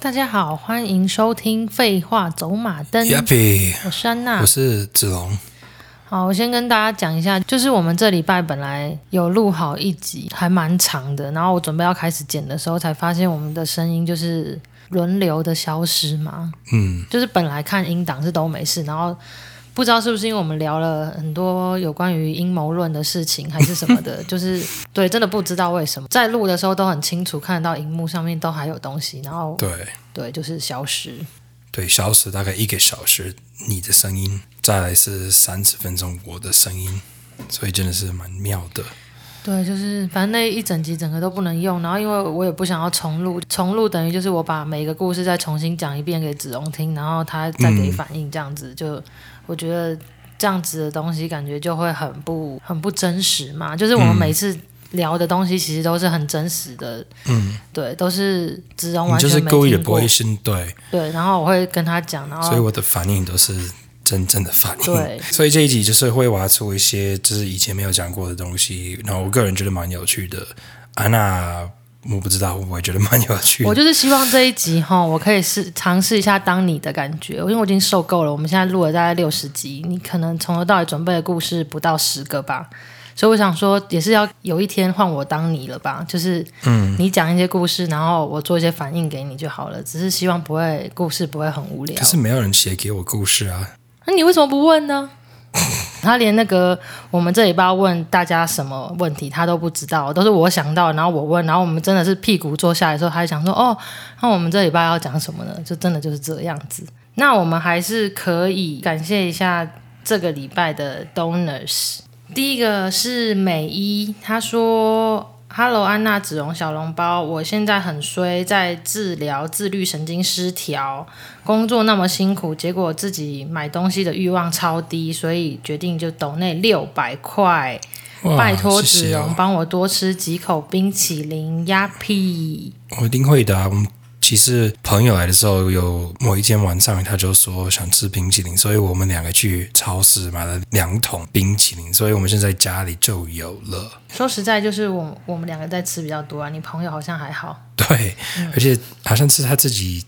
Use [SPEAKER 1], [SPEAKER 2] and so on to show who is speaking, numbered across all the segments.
[SPEAKER 1] 大家好，欢迎收听《废话走马灯》，
[SPEAKER 2] Yappy，
[SPEAKER 1] 我是安娜
[SPEAKER 2] 我。是子龙。
[SPEAKER 1] 好，我先跟大家讲一下，就是我们这礼拜本来有录好一集，还蛮长的，然后我准备要开始剪的时候，才发现我们的声音就是轮流的消失嘛。
[SPEAKER 2] 嗯，
[SPEAKER 1] 就是本来看音档是都没事，然后不知道是不是因为我们聊了很多有关于阴谋论的事情还是什么 的，就是对，真的不知道为什么在录的时候都很清楚看得到荧幕上面都还有东西，然后
[SPEAKER 2] 对
[SPEAKER 1] 对，就是消失。
[SPEAKER 2] 对，消失大概一个小时，你的声音，再来是三十分钟我的声音，所以真的是蛮妙的。
[SPEAKER 1] 对，就是反正那一整集整个都不能用，然后因为我也不想要重录，重录等于就是我把每个故事再重新讲一遍给子龙听，然后他再
[SPEAKER 2] 嗯
[SPEAKER 1] 给反应，这样子、就我觉得这样子的东西感觉就会很不很不真实嘛，就是我
[SPEAKER 2] 嗯
[SPEAKER 1] 们每次。聊的东西其实都是很真实的，嗯，对，都是子龙
[SPEAKER 2] 你
[SPEAKER 1] 完
[SPEAKER 2] 就
[SPEAKER 1] 全
[SPEAKER 2] 是
[SPEAKER 1] 没
[SPEAKER 2] 故意的
[SPEAKER 1] 听
[SPEAKER 2] 不
[SPEAKER 1] 过
[SPEAKER 2] 会，信，对，
[SPEAKER 1] 对，然后我会跟他讲，然后
[SPEAKER 2] 所以我的反应都是真正的反应。
[SPEAKER 1] 对
[SPEAKER 2] 所以这一集就是会挖出一些就是以前没有讲过的东西，然后我个人觉得蛮有趣的。安娜，我不知道会不会觉得蛮有趣
[SPEAKER 1] 我
[SPEAKER 2] 的。
[SPEAKER 1] 就是希望这一集哈，我可以试尝试一下当你的感觉，因为我已经受够了。我们现在录了大概六十集，你可能从头到尾准备的故事不到十个吧，所以我想说，也是要有一天换我当你了吧，就是嗯，你讲一些故事，然后我做一些反应给你就好了。只是希望不会故事不会很无聊
[SPEAKER 2] 可。是没有人写给我故事啊，
[SPEAKER 1] 那你为什么不问呢？ 他连那个我们这礼拜要问大家什么问题，他都不知道，都是我想到，然后我问，然后我们真的是屁股坐下来的时候，他就想说，哦，那我们这礼拜要讲什么呢？就真的就是这样子。那我们还是可以感谢一下这个礼拜的 donors。第一个是美一，他说：“Hello，安娜、子荣、小笼包，我现在很衰，在治疗自律神经失调，工作那么辛苦，结果自己买东西的欲望超低，所以决定就抖内六百块。”
[SPEAKER 2] 哇
[SPEAKER 1] 拜托
[SPEAKER 2] 谢
[SPEAKER 1] 子
[SPEAKER 2] 谢
[SPEAKER 1] 荣
[SPEAKER 2] 哦，
[SPEAKER 1] 帮我多吃几口冰淇淋呀屁！
[SPEAKER 2] 我一定会的、啊。我们其实朋友来的时候，有某一天晚上，他就说想吃冰淇淋，所以我们两个去超市买了两桶冰淇淋，所以我们现在家里就有了。
[SPEAKER 1] 说实在，就是我我们两个在吃比较多啊，你朋友好像还好。
[SPEAKER 2] 对，
[SPEAKER 1] 嗯
[SPEAKER 2] 而且好像是他自己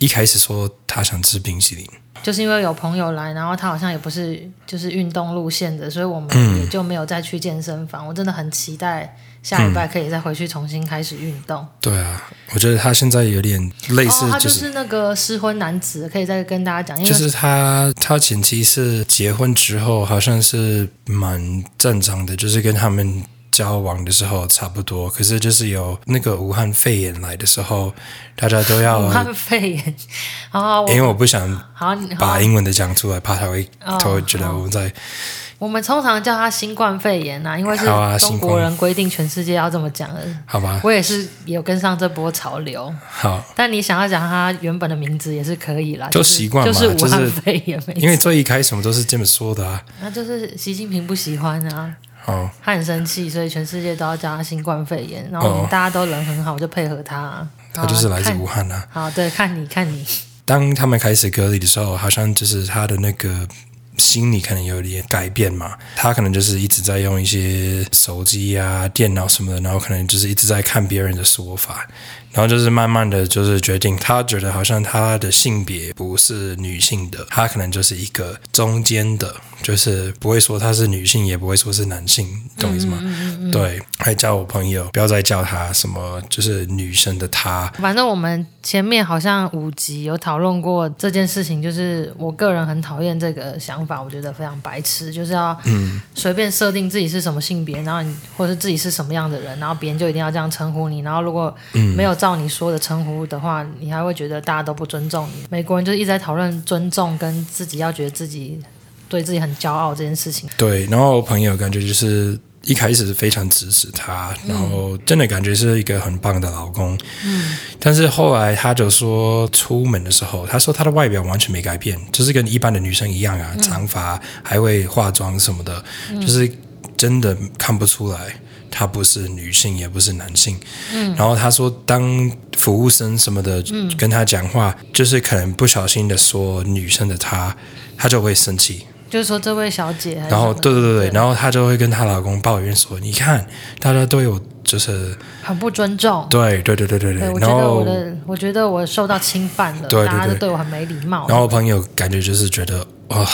[SPEAKER 2] 一开始说他想吃冰淇淋，
[SPEAKER 1] 就是因为有朋友来，然后他好像也不是就是运动路线的，所以我们
[SPEAKER 2] 嗯
[SPEAKER 1] 也就没有再去健身房。我真的很期待下礼拜可以再回去重新开始运动。
[SPEAKER 2] 对啊，我觉得他现在有点类似
[SPEAKER 1] 哦，他，
[SPEAKER 2] 就。
[SPEAKER 1] 就是是那个失婚男子，可以再跟大家讲，因为、
[SPEAKER 2] 就是他，他前妻是结婚之后，好像是蛮正常的，就是跟他们交往的时候差不多。可是就是有那个武汉肺炎来的时候，大家都要
[SPEAKER 1] 武， 汉肺炎。好好，我
[SPEAKER 2] 因为我不想
[SPEAKER 1] 哦好你好
[SPEAKER 2] 哎把，英文的讲出来，怕他会
[SPEAKER 1] 哦
[SPEAKER 2] 他会觉得我们在
[SPEAKER 1] 我们通常叫他新冠肺炎啊，因为是
[SPEAKER 2] 好啊
[SPEAKER 1] 中
[SPEAKER 2] 新
[SPEAKER 1] 国
[SPEAKER 2] 冠
[SPEAKER 1] 人规定全世界要这么讲的。
[SPEAKER 2] 好吧？
[SPEAKER 1] 我也是有跟上这波潮流，
[SPEAKER 2] 好，
[SPEAKER 1] 但你想要讲他原本的名字也是可以啦，
[SPEAKER 2] 就是习惯嘛
[SPEAKER 1] 就是武汉
[SPEAKER 2] 就是
[SPEAKER 1] 肺炎，没
[SPEAKER 2] 因为最一开始我们都是这么说的啊。
[SPEAKER 1] 那就是习近平不喜欢啊，
[SPEAKER 2] 哦，
[SPEAKER 1] 他很生气，所以全世界都要叫他新冠肺炎。然后我们
[SPEAKER 2] 哦
[SPEAKER 1] 大家都人很好，就配合他、啊。
[SPEAKER 2] 他就是
[SPEAKER 1] 然后
[SPEAKER 2] 来自
[SPEAKER 1] 看
[SPEAKER 2] 武汉啊。
[SPEAKER 1] 好，对，看你看你，
[SPEAKER 2] 当他们开始隔离的时候，好像就是他的那个心理可能有点改变嘛，他可能就是一直在用一些手机啊、电脑什么的，然后可能就是一直在看别人的说法，然后就是慢慢的就是决定，他觉得好像他的性别不是女性的，他可能就是一个中间的，就是不会说他是女性，也不会说是男性，懂我意思吗？对，还叫我朋友不要再叫他什么，就是女生的她，
[SPEAKER 1] 反正我们前面好像五集有讨论过这件事情，就是我个人很讨厌这个想法，我觉得非常白痴，就是要
[SPEAKER 2] 嗯
[SPEAKER 1] 随便设定自己是什么性别，然后你或者是自己是什么样的人，然后别人就一定要这样称呼你，然后如果
[SPEAKER 2] 嗯
[SPEAKER 1] 没有照你说的称呼的话，你还会觉得大家都不尊重你。美国人就一直在讨论尊重跟自己要觉得自己对自己很骄傲这件事情。
[SPEAKER 2] 对，然后我朋友感觉就是一开始是非常支持他，然后真的感觉是一个很棒的老公。嗯，但是后来他就说，出门的时候，他说他的外表完全没改变，就是跟一般的女生一样啊，长发还会化妆什么的，就是真的看不出来。他不是女性，也不是男性。嗯，然后他说，当服务生什么的、跟他讲话，就是可能不小心的说女生的她，他就会生气。
[SPEAKER 1] 就是说这位小姐还是什
[SPEAKER 2] 然
[SPEAKER 1] 么
[SPEAKER 2] 后
[SPEAKER 1] 的，
[SPEAKER 2] 对对对对，
[SPEAKER 1] 后
[SPEAKER 2] 然后她就会跟她老公抱怨说：“你看，大家都有就是
[SPEAKER 1] 很不尊重。
[SPEAKER 2] 对对对对对
[SPEAKER 1] 对，我觉
[SPEAKER 2] 然
[SPEAKER 1] 得我
[SPEAKER 2] 后
[SPEAKER 1] 的，我觉得我受到侵犯了，
[SPEAKER 2] 对对
[SPEAKER 1] 大家都
[SPEAKER 2] 对
[SPEAKER 1] 对我很没礼貌。
[SPEAKER 2] 然后我朋友感觉就是觉得哇、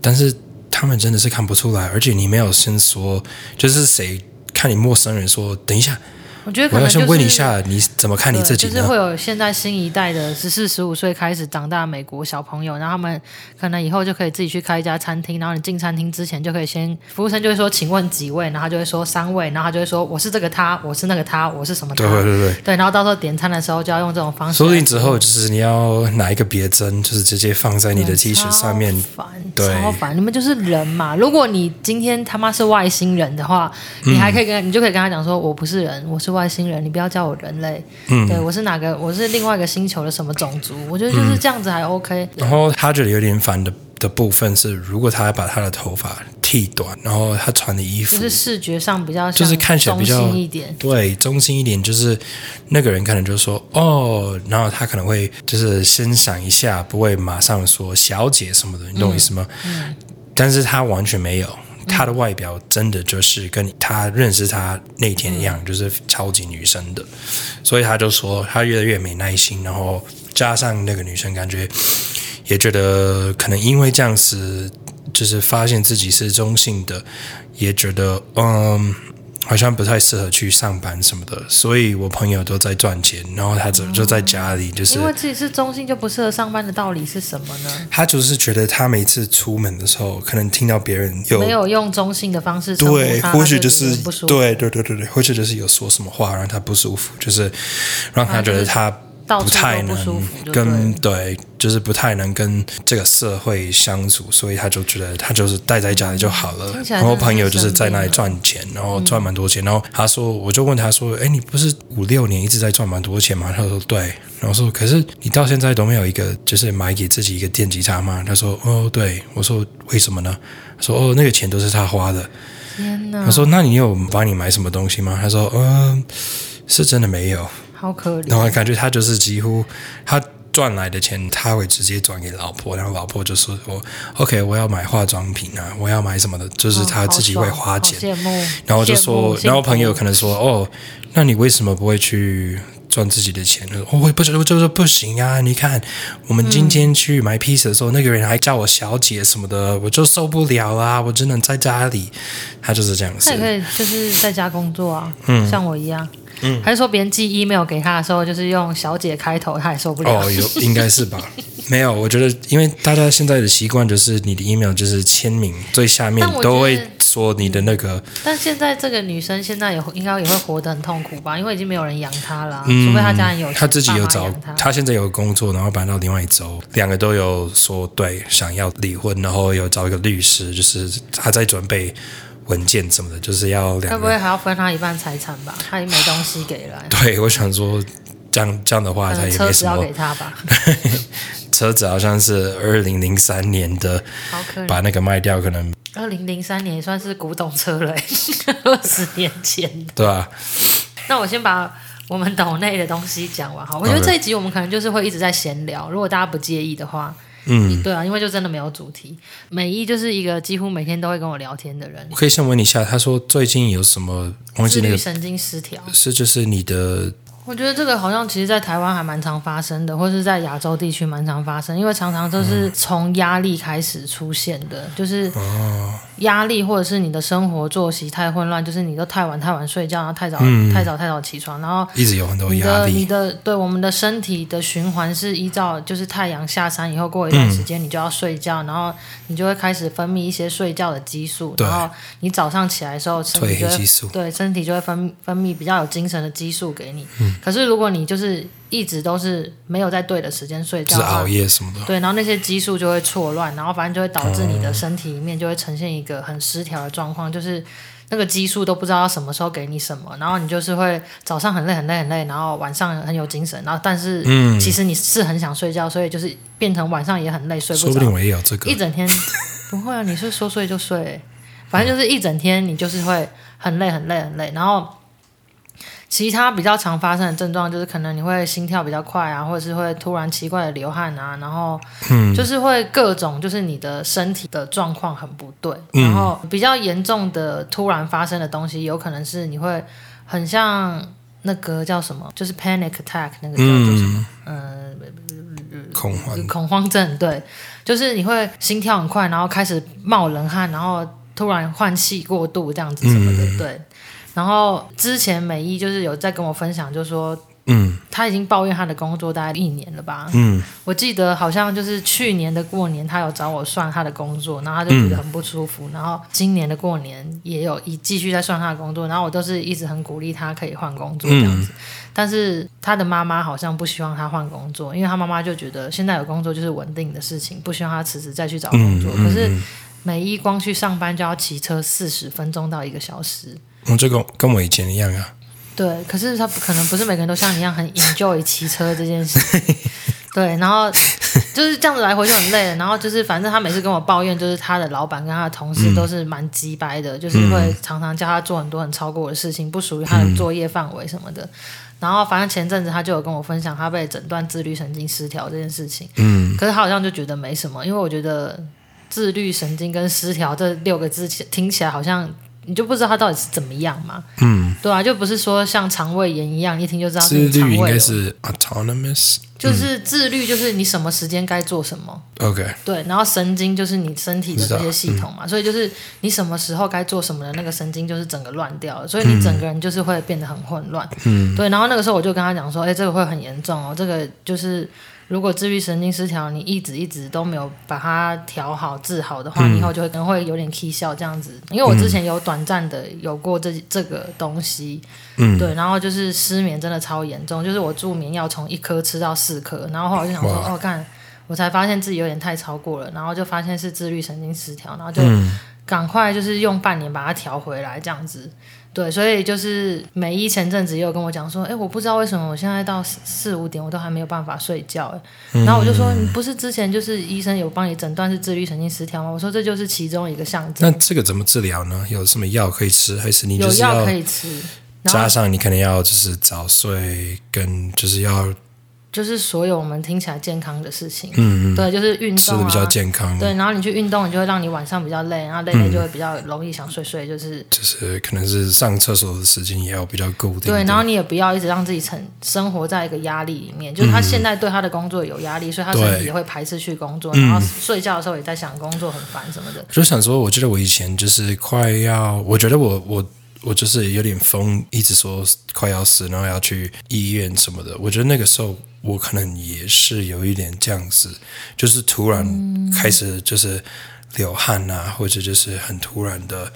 [SPEAKER 2] 但是他们真的是看不出来，而且你没有先说，就是谁看你陌生人说等一下，
[SPEAKER 1] 我觉得可
[SPEAKER 2] 我
[SPEAKER 1] 能
[SPEAKER 2] 要
[SPEAKER 1] 就
[SPEAKER 2] 先
[SPEAKER 1] 是
[SPEAKER 2] 问一下你怎么看你
[SPEAKER 1] 对，
[SPEAKER 2] 自己
[SPEAKER 1] 就是
[SPEAKER 2] 呢？
[SPEAKER 1] 会有现在新一代的十四、十五岁开始长大的美国小朋友，然后他们可能以后就可以自己去开一家餐厅，然后你进餐厅之前就可以先服务生就会说请问几位，然后他就会说三位，然后他就会说我是这个他，我是那个他，我是什么他，
[SPEAKER 2] 对对对对。
[SPEAKER 1] 对然后到时候点餐的时候就要用这种方式，
[SPEAKER 2] 说不定之后就是你要拿一个别针，就是直接放在你的 T 恤上面。
[SPEAKER 1] 超烦，
[SPEAKER 2] 对
[SPEAKER 1] 超烦！你们就是人嘛。如果你今天他妈是外星人的话，你
[SPEAKER 2] 嗯
[SPEAKER 1] 还可以跟、你就可以跟他讲说，我不是人，我是外星人，你不要叫我人类。嗯，对我是哪个，我是另外一个星球的什么种族？我觉得
[SPEAKER 2] 嗯
[SPEAKER 1] 就是这样子还 OK。
[SPEAKER 2] 然后他觉得有点烦的的部分是，如果他把他的头发剃短，然后他穿的衣
[SPEAKER 1] 就
[SPEAKER 2] 服
[SPEAKER 1] 是视觉上比较像
[SPEAKER 2] 就是看起来比较
[SPEAKER 1] 中性一点，
[SPEAKER 2] 对中心一点，就是那个人可能就说哦，然后他可能会就是先想一下，不会马上说小姐什么的，你懂我意思吗？但是他完全没有。他的外表真的就是跟他认识他那天一样，就是超级女生的，所以他就说他越来越没耐心，然后加上那个女生感觉也觉得可能因为这样子，就是发现自己是中性的，也觉得嗯。好像不太适合去上班什么的，所以我朋友都在赚钱，然后他就就在家里，就是
[SPEAKER 1] 因为自己是中性就不适合上班的道理是什么呢？
[SPEAKER 2] 他就是觉得他每次出门的时候，可能听到别人有
[SPEAKER 1] 没有用中性的方式称呼
[SPEAKER 2] 对，
[SPEAKER 1] 他
[SPEAKER 2] 或许
[SPEAKER 1] 他就
[SPEAKER 2] 就是
[SPEAKER 1] 不舒服
[SPEAKER 2] 对对对对对，或许就是有说什么话让他不舒服，就是让他觉得他
[SPEAKER 1] 到处
[SPEAKER 2] 不太
[SPEAKER 1] 都
[SPEAKER 2] 能
[SPEAKER 1] 不舒服就对了，
[SPEAKER 2] 跟对，就是不太能跟这个社会相处，所以他就觉得他就是待在家里就好了。
[SPEAKER 1] 嗯听起来
[SPEAKER 2] 然后
[SPEAKER 1] 真的
[SPEAKER 2] 朋友
[SPEAKER 1] 是啊
[SPEAKER 2] 就是
[SPEAKER 1] 生
[SPEAKER 2] 在
[SPEAKER 1] 病
[SPEAKER 2] 那里
[SPEAKER 1] 了
[SPEAKER 2] 赚钱，然后
[SPEAKER 1] 嗯
[SPEAKER 2] 赚蛮多钱。然后他说，我就问他说：“哎，你不是五六年一直在赚蛮多钱吗？”他说：“对。”然后说：“可是你到现在都没有一个就是买给自己一个电吉他吗？”他说：“哦，对。”我说：“为什么呢？”他说：“哦，那个钱都是他花的。”
[SPEAKER 1] 天哪
[SPEAKER 2] 他，说：“那你有帮你买什么东西吗？”他说：“嗯，是真的没有。
[SPEAKER 1] 好可”怜
[SPEAKER 2] 然。后感觉他就是几乎他赚来的钱，他会直接转给老婆，然后老婆就说：“我 OK，我要买化妆品啊，我要买什么的，就是
[SPEAKER 1] 哦
[SPEAKER 2] 他自己会花钱。
[SPEAKER 1] 好爽好羡慕。
[SPEAKER 2] 然后就
[SPEAKER 1] 羡
[SPEAKER 2] 说
[SPEAKER 1] 慕，
[SPEAKER 2] 然后
[SPEAKER 1] 幸福
[SPEAKER 2] 朋友可能说：“哦，那你为什么不会去赚自己的钱呢？”哦，我也不知道，就是不行啊！你看，我们今天去买披萨的
[SPEAKER 1] 嗯
[SPEAKER 2] 时候，那个人还叫我小姐什么的，我就受不了啦、我只能在家里。他就是这样子
[SPEAKER 1] 他也。可以就是在家工作啊，嗯，像我一样，嗯，还是说别人寄 email 给他的时候，就是用小姐开头，他也受不了。
[SPEAKER 2] 哦，有应该是吧？没有，我觉得因为大家现在的习惯就是你的 email 就是签名最下面
[SPEAKER 1] 但我觉得
[SPEAKER 2] 都会说你的那个，
[SPEAKER 1] 但现在这个女生现在也会应该也会活得很痛苦吧，因为已经没有人养她了啊、除非她家人有钱，
[SPEAKER 2] 嗯他自己有
[SPEAKER 1] 爸妈
[SPEAKER 2] 找
[SPEAKER 1] 养她，
[SPEAKER 2] 他现在有工作，然后搬到另外一周，两个都有说对想要离婚，然后有找一个律师，就是他在准备文件什么的，就是要
[SPEAKER 1] 该
[SPEAKER 2] 两
[SPEAKER 1] 不会
[SPEAKER 2] 个。
[SPEAKER 1] 还要分她一半财产吧？她也没东西给 了、
[SPEAKER 2] 对，我想说这样这样的话，
[SPEAKER 1] 可
[SPEAKER 2] 他
[SPEAKER 1] 能
[SPEAKER 2] 也
[SPEAKER 1] 车
[SPEAKER 2] 没
[SPEAKER 1] 子
[SPEAKER 2] 什
[SPEAKER 1] 要
[SPEAKER 2] 么
[SPEAKER 1] 给。她吧，
[SPEAKER 2] 车子好像是二零零三年的，
[SPEAKER 1] 好可怜。
[SPEAKER 2] 把那个卖掉，可能
[SPEAKER 1] 二零零三年也算是古董车了、欸， 二十年前
[SPEAKER 2] 对吧、
[SPEAKER 1] 那我先把我们岛内的东西讲完哈。我觉得
[SPEAKER 2] OK
[SPEAKER 1] 这一集我们可能就是会一直在闲聊，如果大家不介意的话。
[SPEAKER 2] 嗯，
[SPEAKER 1] 对啊，因为就真的没有主题。美一就是一个几乎每天都会跟我聊天的人
[SPEAKER 2] 我，可以先问你一下，他说最近有什么忘
[SPEAKER 1] 自
[SPEAKER 2] 记那
[SPEAKER 1] 律
[SPEAKER 2] 个
[SPEAKER 1] 神经失调。
[SPEAKER 2] 是就是你的
[SPEAKER 1] 我觉得这个好像其实，在台湾还蛮常发生的，或是在亚洲地区蛮常发生，因为常常都是
[SPEAKER 2] 嗯
[SPEAKER 1] 从压力开始出现的，就是
[SPEAKER 2] 哦
[SPEAKER 1] 压力或者是你的生活作息太混乱，就是你都太晚太晚睡觉，然后太早、
[SPEAKER 2] 嗯
[SPEAKER 1] 太早太早起床，然后
[SPEAKER 2] 一直有很多
[SPEAKER 1] 你
[SPEAKER 2] 压
[SPEAKER 1] 的你
[SPEAKER 2] 力，
[SPEAKER 1] 的对我们的身体的循环是依照就是太阳下山以后过一段时间你就要睡觉，然后你就会开始分泌一些睡觉的激素，
[SPEAKER 2] 对
[SPEAKER 1] 然后你早上起来的时候身
[SPEAKER 2] 褪
[SPEAKER 1] 体就
[SPEAKER 2] 黑
[SPEAKER 1] 会
[SPEAKER 2] 激素
[SPEAKER 1] 对身体就会分分泌比较有精神的激素给你。
[SPEAKER 2] 嗯
[SPEAKER 1] 可是如果你就是一直都是没有在对的时间睡
[SPEAKER 2] 就
[SPEAKER 1] 觉
[SPEAKER 2] 是
[SPEAKER 1] 的话，
[SPEAKER 2] 熬夜什么的。
[SPEAKER 1] 对，然后那些激素就会错乱，然后反正就会导致你的身体里面就会呈现一个很失调的状况，就是那个激素都不知道什么时候给你什么，然后你就是会早上很累很累很累，然后晚上很有精神，然后但是其实你是很想睡觉，所以就是变成晚上也很累，睡
[SPEAKER 2] 说
[SPEAKER 1] 不
[SPEAKER 2] 不
[SPEAKER 1] 着，
[SPEAKER 2] 定我也有这个
[SPEAKER 1] 一，整天不会啊，你是说睡就睡，反正就是一整天你就是会很累很累很累，然后。其他比较常发生的症状就是，可能你会心跳比较快啊，或者是会突然奇怪的流汗啊，然后
[SPEAKER 2] 嗯
[SPEAKER 1] 就是会各种，就是你的身体的状况
[SPEAKER 2] 嗯
[SPEAKER 1] 很不对，然后比较严重的突然发生的东西，有可能是你会很像那个叫什么，就是 panic attack 那个叫做什么，嗯、
[SPEAKER 2] 恐
[SPEAKER 1] 呃，
[SPEAKER 2] 慌，
[SPEAKER 1] 恐慌症，对，就是你会心跳很快，然后开始冒冷汗，然后突然换气过度这样子什么
[SPEAKER 2] 嗯
[SPEAKER 1] 的，对。然后之前美一就是有在跟我分享，就说
[SPEAKER 2] 嗯
[SPEAKER 1] 她已经抱怨她的工作大概一年了吧，
[SPEAKER 2] 嗯
[SPEAKER 1] 我记得好像就是去年的过年，他有找我算他的工作，然后他就觉
[SPEAKER 2] 嗯
[SPEAKER 1] 得很不舒服。然后今年的过年也有一继续在算他的工作，然后我都是一直很鼓励他可以换工作这样子。但是他的妈妈好像不希望他换工作，因为他妈妈就觉得现在有工作就是稳定的事情，不希望他辞职再去找工
[SPEAKER 2] 嗯
[SPEAKER 1] 作。
[SPEAKER 2] 嗯
[SPEAKER 1] 可是
[SPEAKER 2] 嗯，
[SPEAKER 1] 美一光去上班就要骑车四十分钟到一个小时，
[SPEAKER 2] 我这个跟我以前一样啊，
[SPEAKER 1] 对，可是他不可能不是每个人都像你一样很 enjoy 骑车这件事情。对，然后就是这样子来回就很累了。然后就是，反正他每次跟我抱怨，就是他的老板跟他的同
[SPEAKER 2] 嗯
[SPEAKER 1] 事都是蛮鸡掰的，就是会常常叫他做很多很超过我的事情，不属于他
[SPEAKER 2] 嗯
[SPEAKER 1] 的作业范围什么的。然后，反正前阵子他就有跟我分享他被诊断自律神经失调这件事情。
[SPEAKER 2] 嗯
[SPEAKER 1] 可是他好像就觉得没什么，因为我觉得自律神经跟失调这六个字起听起来好像你就不知道他到底是怎么样嘛。
[SPEAKER 2] 嗯，
[SPEAKER 1] 对啊，就不是说像肠胃炎一样，一听就知道
[SPEAKER 2] 自
[SPEAKER 1] 是哦肠
[SPEAKER 2] 律应
[SPEAKER 1] 胃
[SPEAKER 2] 该
[SPEAKER 1] 有。
[SPEAKER 2] 是 autonomous。
[SPEAKER 1] 就是自律，就是你什么时间该做什么，
[SPEAKER 2] OK，
[SPEAKER 1] 对，然后神经就是你身体的
[SPEAKER 2] 知道嗯
[SPEAKER 1] 这些系统嘛，所以就是你什么时候该做什么的那个神经就是整个乱掉了，所以你
[SPEAKER 2] 嗯
[SPEAKER 1] 整个人就是会变得很混乱，嗯，对，然后那个时候我就跟他讲说，哎，这个会很严重哦，这个就是如果自律神经失调，你一直一直都没有把它调好治好的话，
[SPEAKER 2] 嗯
[SPEAKER 1] 你以后就会可能会有点 K 笑这样子，因为我之前有短暂的有过这这个东西，
[SPEAKER 2] 嗯
[SPEAKER 1] 对，然后就是失眠真的超严重，就是我助眠药从一颗吃到四颗，然后后来我就想说，
[SPEAKER 2] 哇
[SPEAKER 1] 哦，干，我才发现自己有点太超过了，然后就发现是自律神经失调，然后就
[SPEAKER 2] 嗯
[SPEAKER 1] 赶快就是用半年把它调回来这样子。对，所以就是美一前阵子也有跟我讲说，哎，我不知道为什么我现在到四四五点我都还没有办法睡觉，诶
[SPEAKER 2] 嗯
[SPEAKER 1] 然后我就说，你不是之前就是医生有帮你诊断是自律神经失调吗？我说这就是其中一个象征
[SPEAKER 2] 那，这个怎么治疗呢？有什么药可以吃，还是你就
[SPEAKER 1] 有
[SPEAKER 2] 是
[SPEAKER 1] 药可以吃，然后
[SPEAKER 2] 加上你可能要就是早睡，跟就是要
[SPEAKER 1] 就是所有我们听起来健康的事情，
[SPEAKER 2] 嗯嗯
[SPEAKER 1] 对，就是运
[SPEAKER 2] 吃
[SPEAKER 1] 动
[SPEAKER 2] 的
[SPEAKER 1] 啊，
[SPEAKER 2] 比较健康，嗯
[SPEAKER 1] 对，然后你去运动，你就会让你晚上比较累，然后累累就会比较容易想睡睡，就是
[SPEAKER 2] 就是可能是上厕所的时间也要比较固定。
[SPEAKER 1] 对，然后你也不要一直让自己成生活在一个压力里面，就是他现在对他的工作有压力，所以他身体
[SPEAKER 2] 嗯对嗯
[SPEAKER 1] 也会排斥去工作，然后睡觉的时候也在想工作很烦什么的，
[SPEAKER 2] 我就想说，我觉得我以前就是快要，我觉得我我我就是有点疯，一直说快要死，然后要去医院什么的。我觉得那个时候我可能也是有一点这样子，就是突然开始就是流汗啊，或者就是很突然的，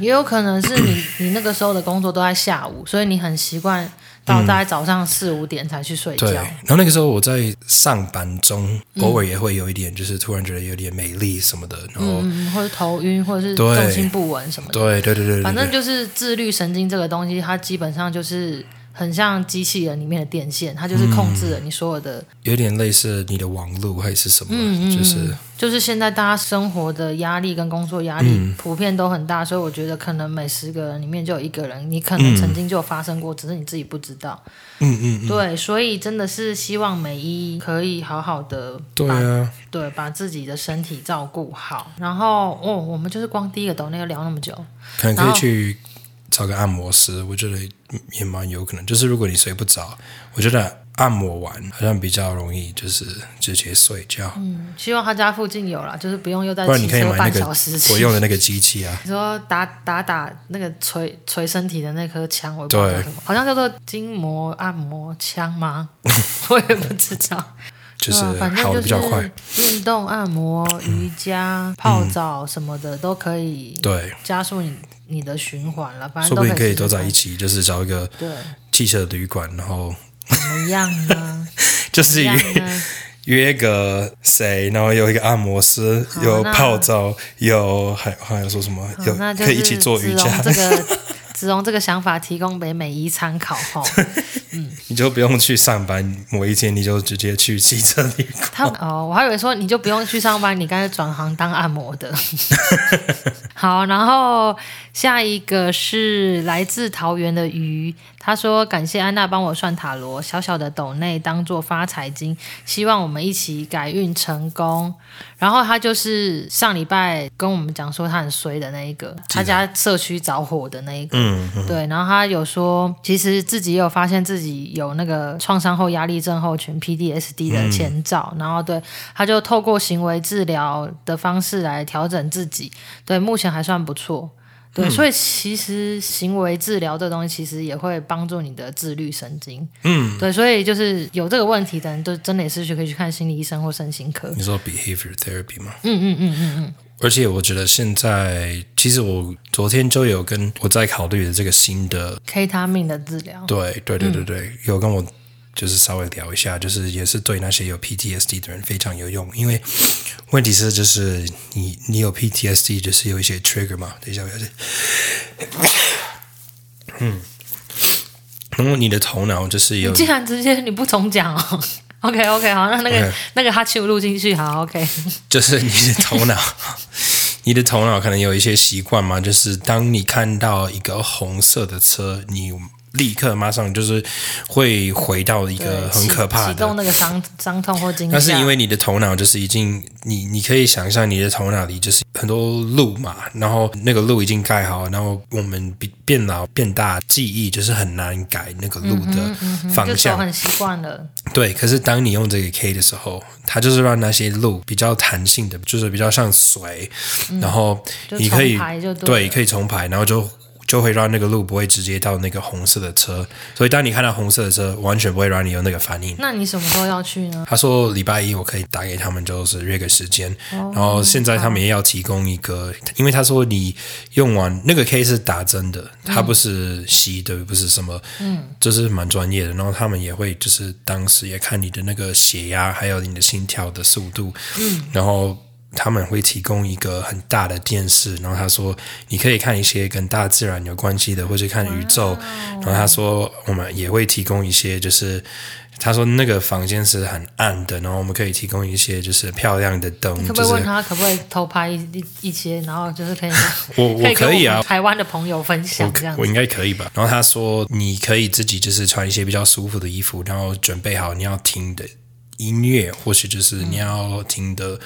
[SPEAKER 1] 也有可能是 你你那个时候的工作都在下午，所以你很习惯到大概早上四五点才去睡觉
[SPEAKER 2] 对，，然后那个时候我在上班中，偶尔也会有一点，就是突然觉得有点美丽什么的，然后、
[SPEAKER 1] 嗯，或者头晕，或者是
[SPEAKER 2] 对
[SPEAKER 1] 重心不稳什么的。
[SPEAKER 2] 对对对对对，
[SPEAKER 1] 反正就是自律神经这个东西，它基本上就是很像机器人里面的电线，它
[SPEAKER 2] 嗯
[SPEAKER 1] 就是控制了你所有的。
[SPEAKER 2] 有点类似你的网路还是什么，就是
[SPEAKER 1] 就是现在大家生活的压力跟工作压
[SPEAKER 2] 嗯
[SPEAKER 1] 力普遍都很大，所以我觉得可能每十个人里面就有一个人，你可能曾经就有发生过，只是你自己不知道。
[SPEAKER 2] 嗯嗯嗯，
[SPEAKER 1] 对，所以真的是希望每一可以好好的
[SPEAKER 2] 对啊，
[SPEAKER 1] 对，把自己的身体照顾好。然后哦，我们就是光第一个抖那个聊那么久，
[SPEAKER 2] 可能可
[SPEAKER 1] 然
[SPEAKER 2] 以
[SPEAKER 1] 后
[SPEAKER 2] 去找个按摩师，我觉得也蛮有可能。就是如果你睡不着，我觉得按摩完好像比较容易，就是直接睡觉。
[SPEAKER 1] 嗯希望他家附近有啦，就是不用又再
[SPEAKER 2] 不然
[SPEAKER 1] 骑
[SPEAKER 2] 你可以
[SPEAKER 1] 车
[SPEAKER 2] 买那
[SPEAKER 1] 半
[SPEAKER 2] 个
[SPEAKER 1] 小时
[SPEAKER 2] 我
[SPEAKER 1] 去
[SPEAKER 2] 用的那个机器啊，
[SPEAKER 1] 你说打打打那个捶捶身体的那颗枪，我也不
[SPEAKER 2] 对
[SPEAKER 1] 知道叫什么，好像叫做筋膜按摩枪吗？ 我也不知道。
[SPEAKER 2] 就是
[SPEAKER 1] 对啊反
[SPEAKER 2] 好
[SPEAKER 1] 正就
[SPEAKER 2] 的比较快。
[SPEAKER 1] 是运动、按摩、瑜伽、泡澡什么的都可以
[SPEAKER 2] 对，
[SPEAKER 1] 加速你你的循环了。反正
[SPEAKER 2] 说
[SPEAKER 1] 都
[SPEAKER 2] 不定可以
[SPEAKER 1] 试试
[SPEAKER 2] 都在
[SPEAKER 1] 看
[SPEAKER 2] 一起，就是找一个
[SPEAKER 1] 对，
[SPEAKER 2] 汽车旅馆，然后
[SPEAKER 1] 怎么样呢？
[SPEAKER 2] 就
[SPEAKER 1] 怎
[SPEAKER 2] 是
[SPEAKER 1] 么
[SPEAKER 2] 约
[SPEAKER 1] 样呢？
[SPEAKER 2] 约个谁，然后有一个按摩师，
[SPEAKER 1] 好
[SPEAKER 2] 有
[SPEAKER 1] 那
[SPEAKER 2] 泡澡，有还还有说什么，有
[SPEAKER 1] 好哦嗯那就
[SPEAKER 2] 可
[SPEAKER 1] 是
[SPEAKER 2] 以一起做瑜伽
[SPEAKER 1] 子荣，这个子荣这个想法提供给美一参考哈。
[SPEAKER 2] 你就不用去上班，某一天你就直接去汽车旅馆。
[SPEAKER 1] 他哦，我还以为说你就不用去上班，你干脆转行当按摩的。 好，然后下一个是来自桃园的鱼，他说感谢安娜帮我算塔罗，小小的斗内当做发财金，希望我们一起改运成功。然后他就是上礼拜跟我们讲说他很衰的那一个，他家社区着火的那一个，
[SPEAKER 2] 嗯嗯
[SPEAKER 1] 对，然后他有说，其实自己也有发现自己有那个创伤后压力症候群 （PDSD） 的前兆，然后对，他就透过行为治疗的方式来调整自己，对，目前还算不错。对，所以其实行为治疗这东西其实也会帮助你的自律神经。
[SPEAKER 2] 嗯，
[SPEAKER 1] 对，所以就是有这个问题的人，都真的也是去可以去看心理医生或身心科。
[SPEAKER 2] 你说 behavior therapy 吗？
[SPEAKER 1] 嗯嗯嗯嗯嗯，
[SPEAKER 2] 而且我觉得现在，其实我昨天就有跟我在考虑的这个新的，
[SPEAKER 1] k 他命的治疗。
[SPEAKER 2] 对对对对对，
[SPEAKER 1] 嗯
[SPEAKER 2] 有跟我就是稍微聊一下，就是也是对那些有 PTSD 的人非常有用，因为 问题是就是你你有 PTSD 就是有一些 trigger 嘛，等一下我 要是，嗯，然后你的头脑就是有
[SPEAKER 1] 你竟然直接你不重讲哦。OK OK，好，那那个、
[SPEAKER 2] 嗯
[SPEAKER 1] 那个哈气录进去，好 OK。
[SPEAKER 2] 就是你的头脑， 你的头脑可能有一些习惯嘛，就是当你看到一个红色的车，你立刻马上就是会回到一个呃很
[SPEAKER 1] 启
[SPEAKER 2] 可怕
[SPEAKER 1] 启动
[SPEAKER 2] 的。
[SPEAKER 1] 那个伤伤痛或惊吓。
[SPEAKER 2] 那是因为你的头脑就是已经，你你可以想象你的头脑里就是很多路嘛，然后那个路已经盖好，然后我们变变老变大，记忆就是很难改那个路
[SPEAKER 1] 嗯
[SPEAKER 2] 的方
[SPEAKER 1] 就手
[SPEAKER 2] 向。
[SPEAKER 1] 很习惯了，
[SPEAKER 2] 对，可是当你用这个 K 的时候，它就是让那些路比较弹性的，就是比较像水，然后
[SPEAKER 1] 嗯就
[SPEAKER 2] 你可以
[SPEAKER 1] 重排就对
[SPEAKER 2] 对
[SPEAKER 1] 了
[SPEAKER 2] 可以重排，然后就就会让那个路不会直接到那个红色的车，所以当你看到红色的车，完全不会让你有那个反应。
[SPEAKER 1] 那你什么时候要去呢？
[SPEAKER 2] 他说礼拜一我可以打给他们，就是约个时间。然后现在他们也要提供一个，因为他说你用完那个 K 是打针的，它不是吸的，不是什么，嗯，就是蛮专业的。然后他们也会就是当时也看你的那个血压，还有你的心跳的速度，嗯，然后。他们会提供一个很大的电视，然后他说你可以看一些跟大自然有关系的，或者看宇宙。然后他说我们也会提供一些，就是他说那个房间是很暗的，然后我们可以提供一些就是漂亮的灯，
[SPEAKER 1] 可不
[SPEAKER 2] 就
[SPEAKER 1] 可以问
[SPEAKER 2] 是
[SPEAKER 1] 他可不可以偷拍一一一些，然后就是可以
[SPEAKER 2] 我
[SPEAKER 1] 可
[SPEAKER 2] 我
[SPEAKER 1] 以跟
[SPEAKER 2] 可以
[SPEAKER 1] 我
[SPEAKER 2] 啊
[SPEAKER 1] 们。台湾的朋友分享这样
[SPEAKER 2] 我
[SPEAKER 1] 子。
[SPEAKER 2] 应该可以吧？然后他说，你可以自己就是穿一些比较舒服的衣服，然后准备好你要听的音乐，或许就是你要听的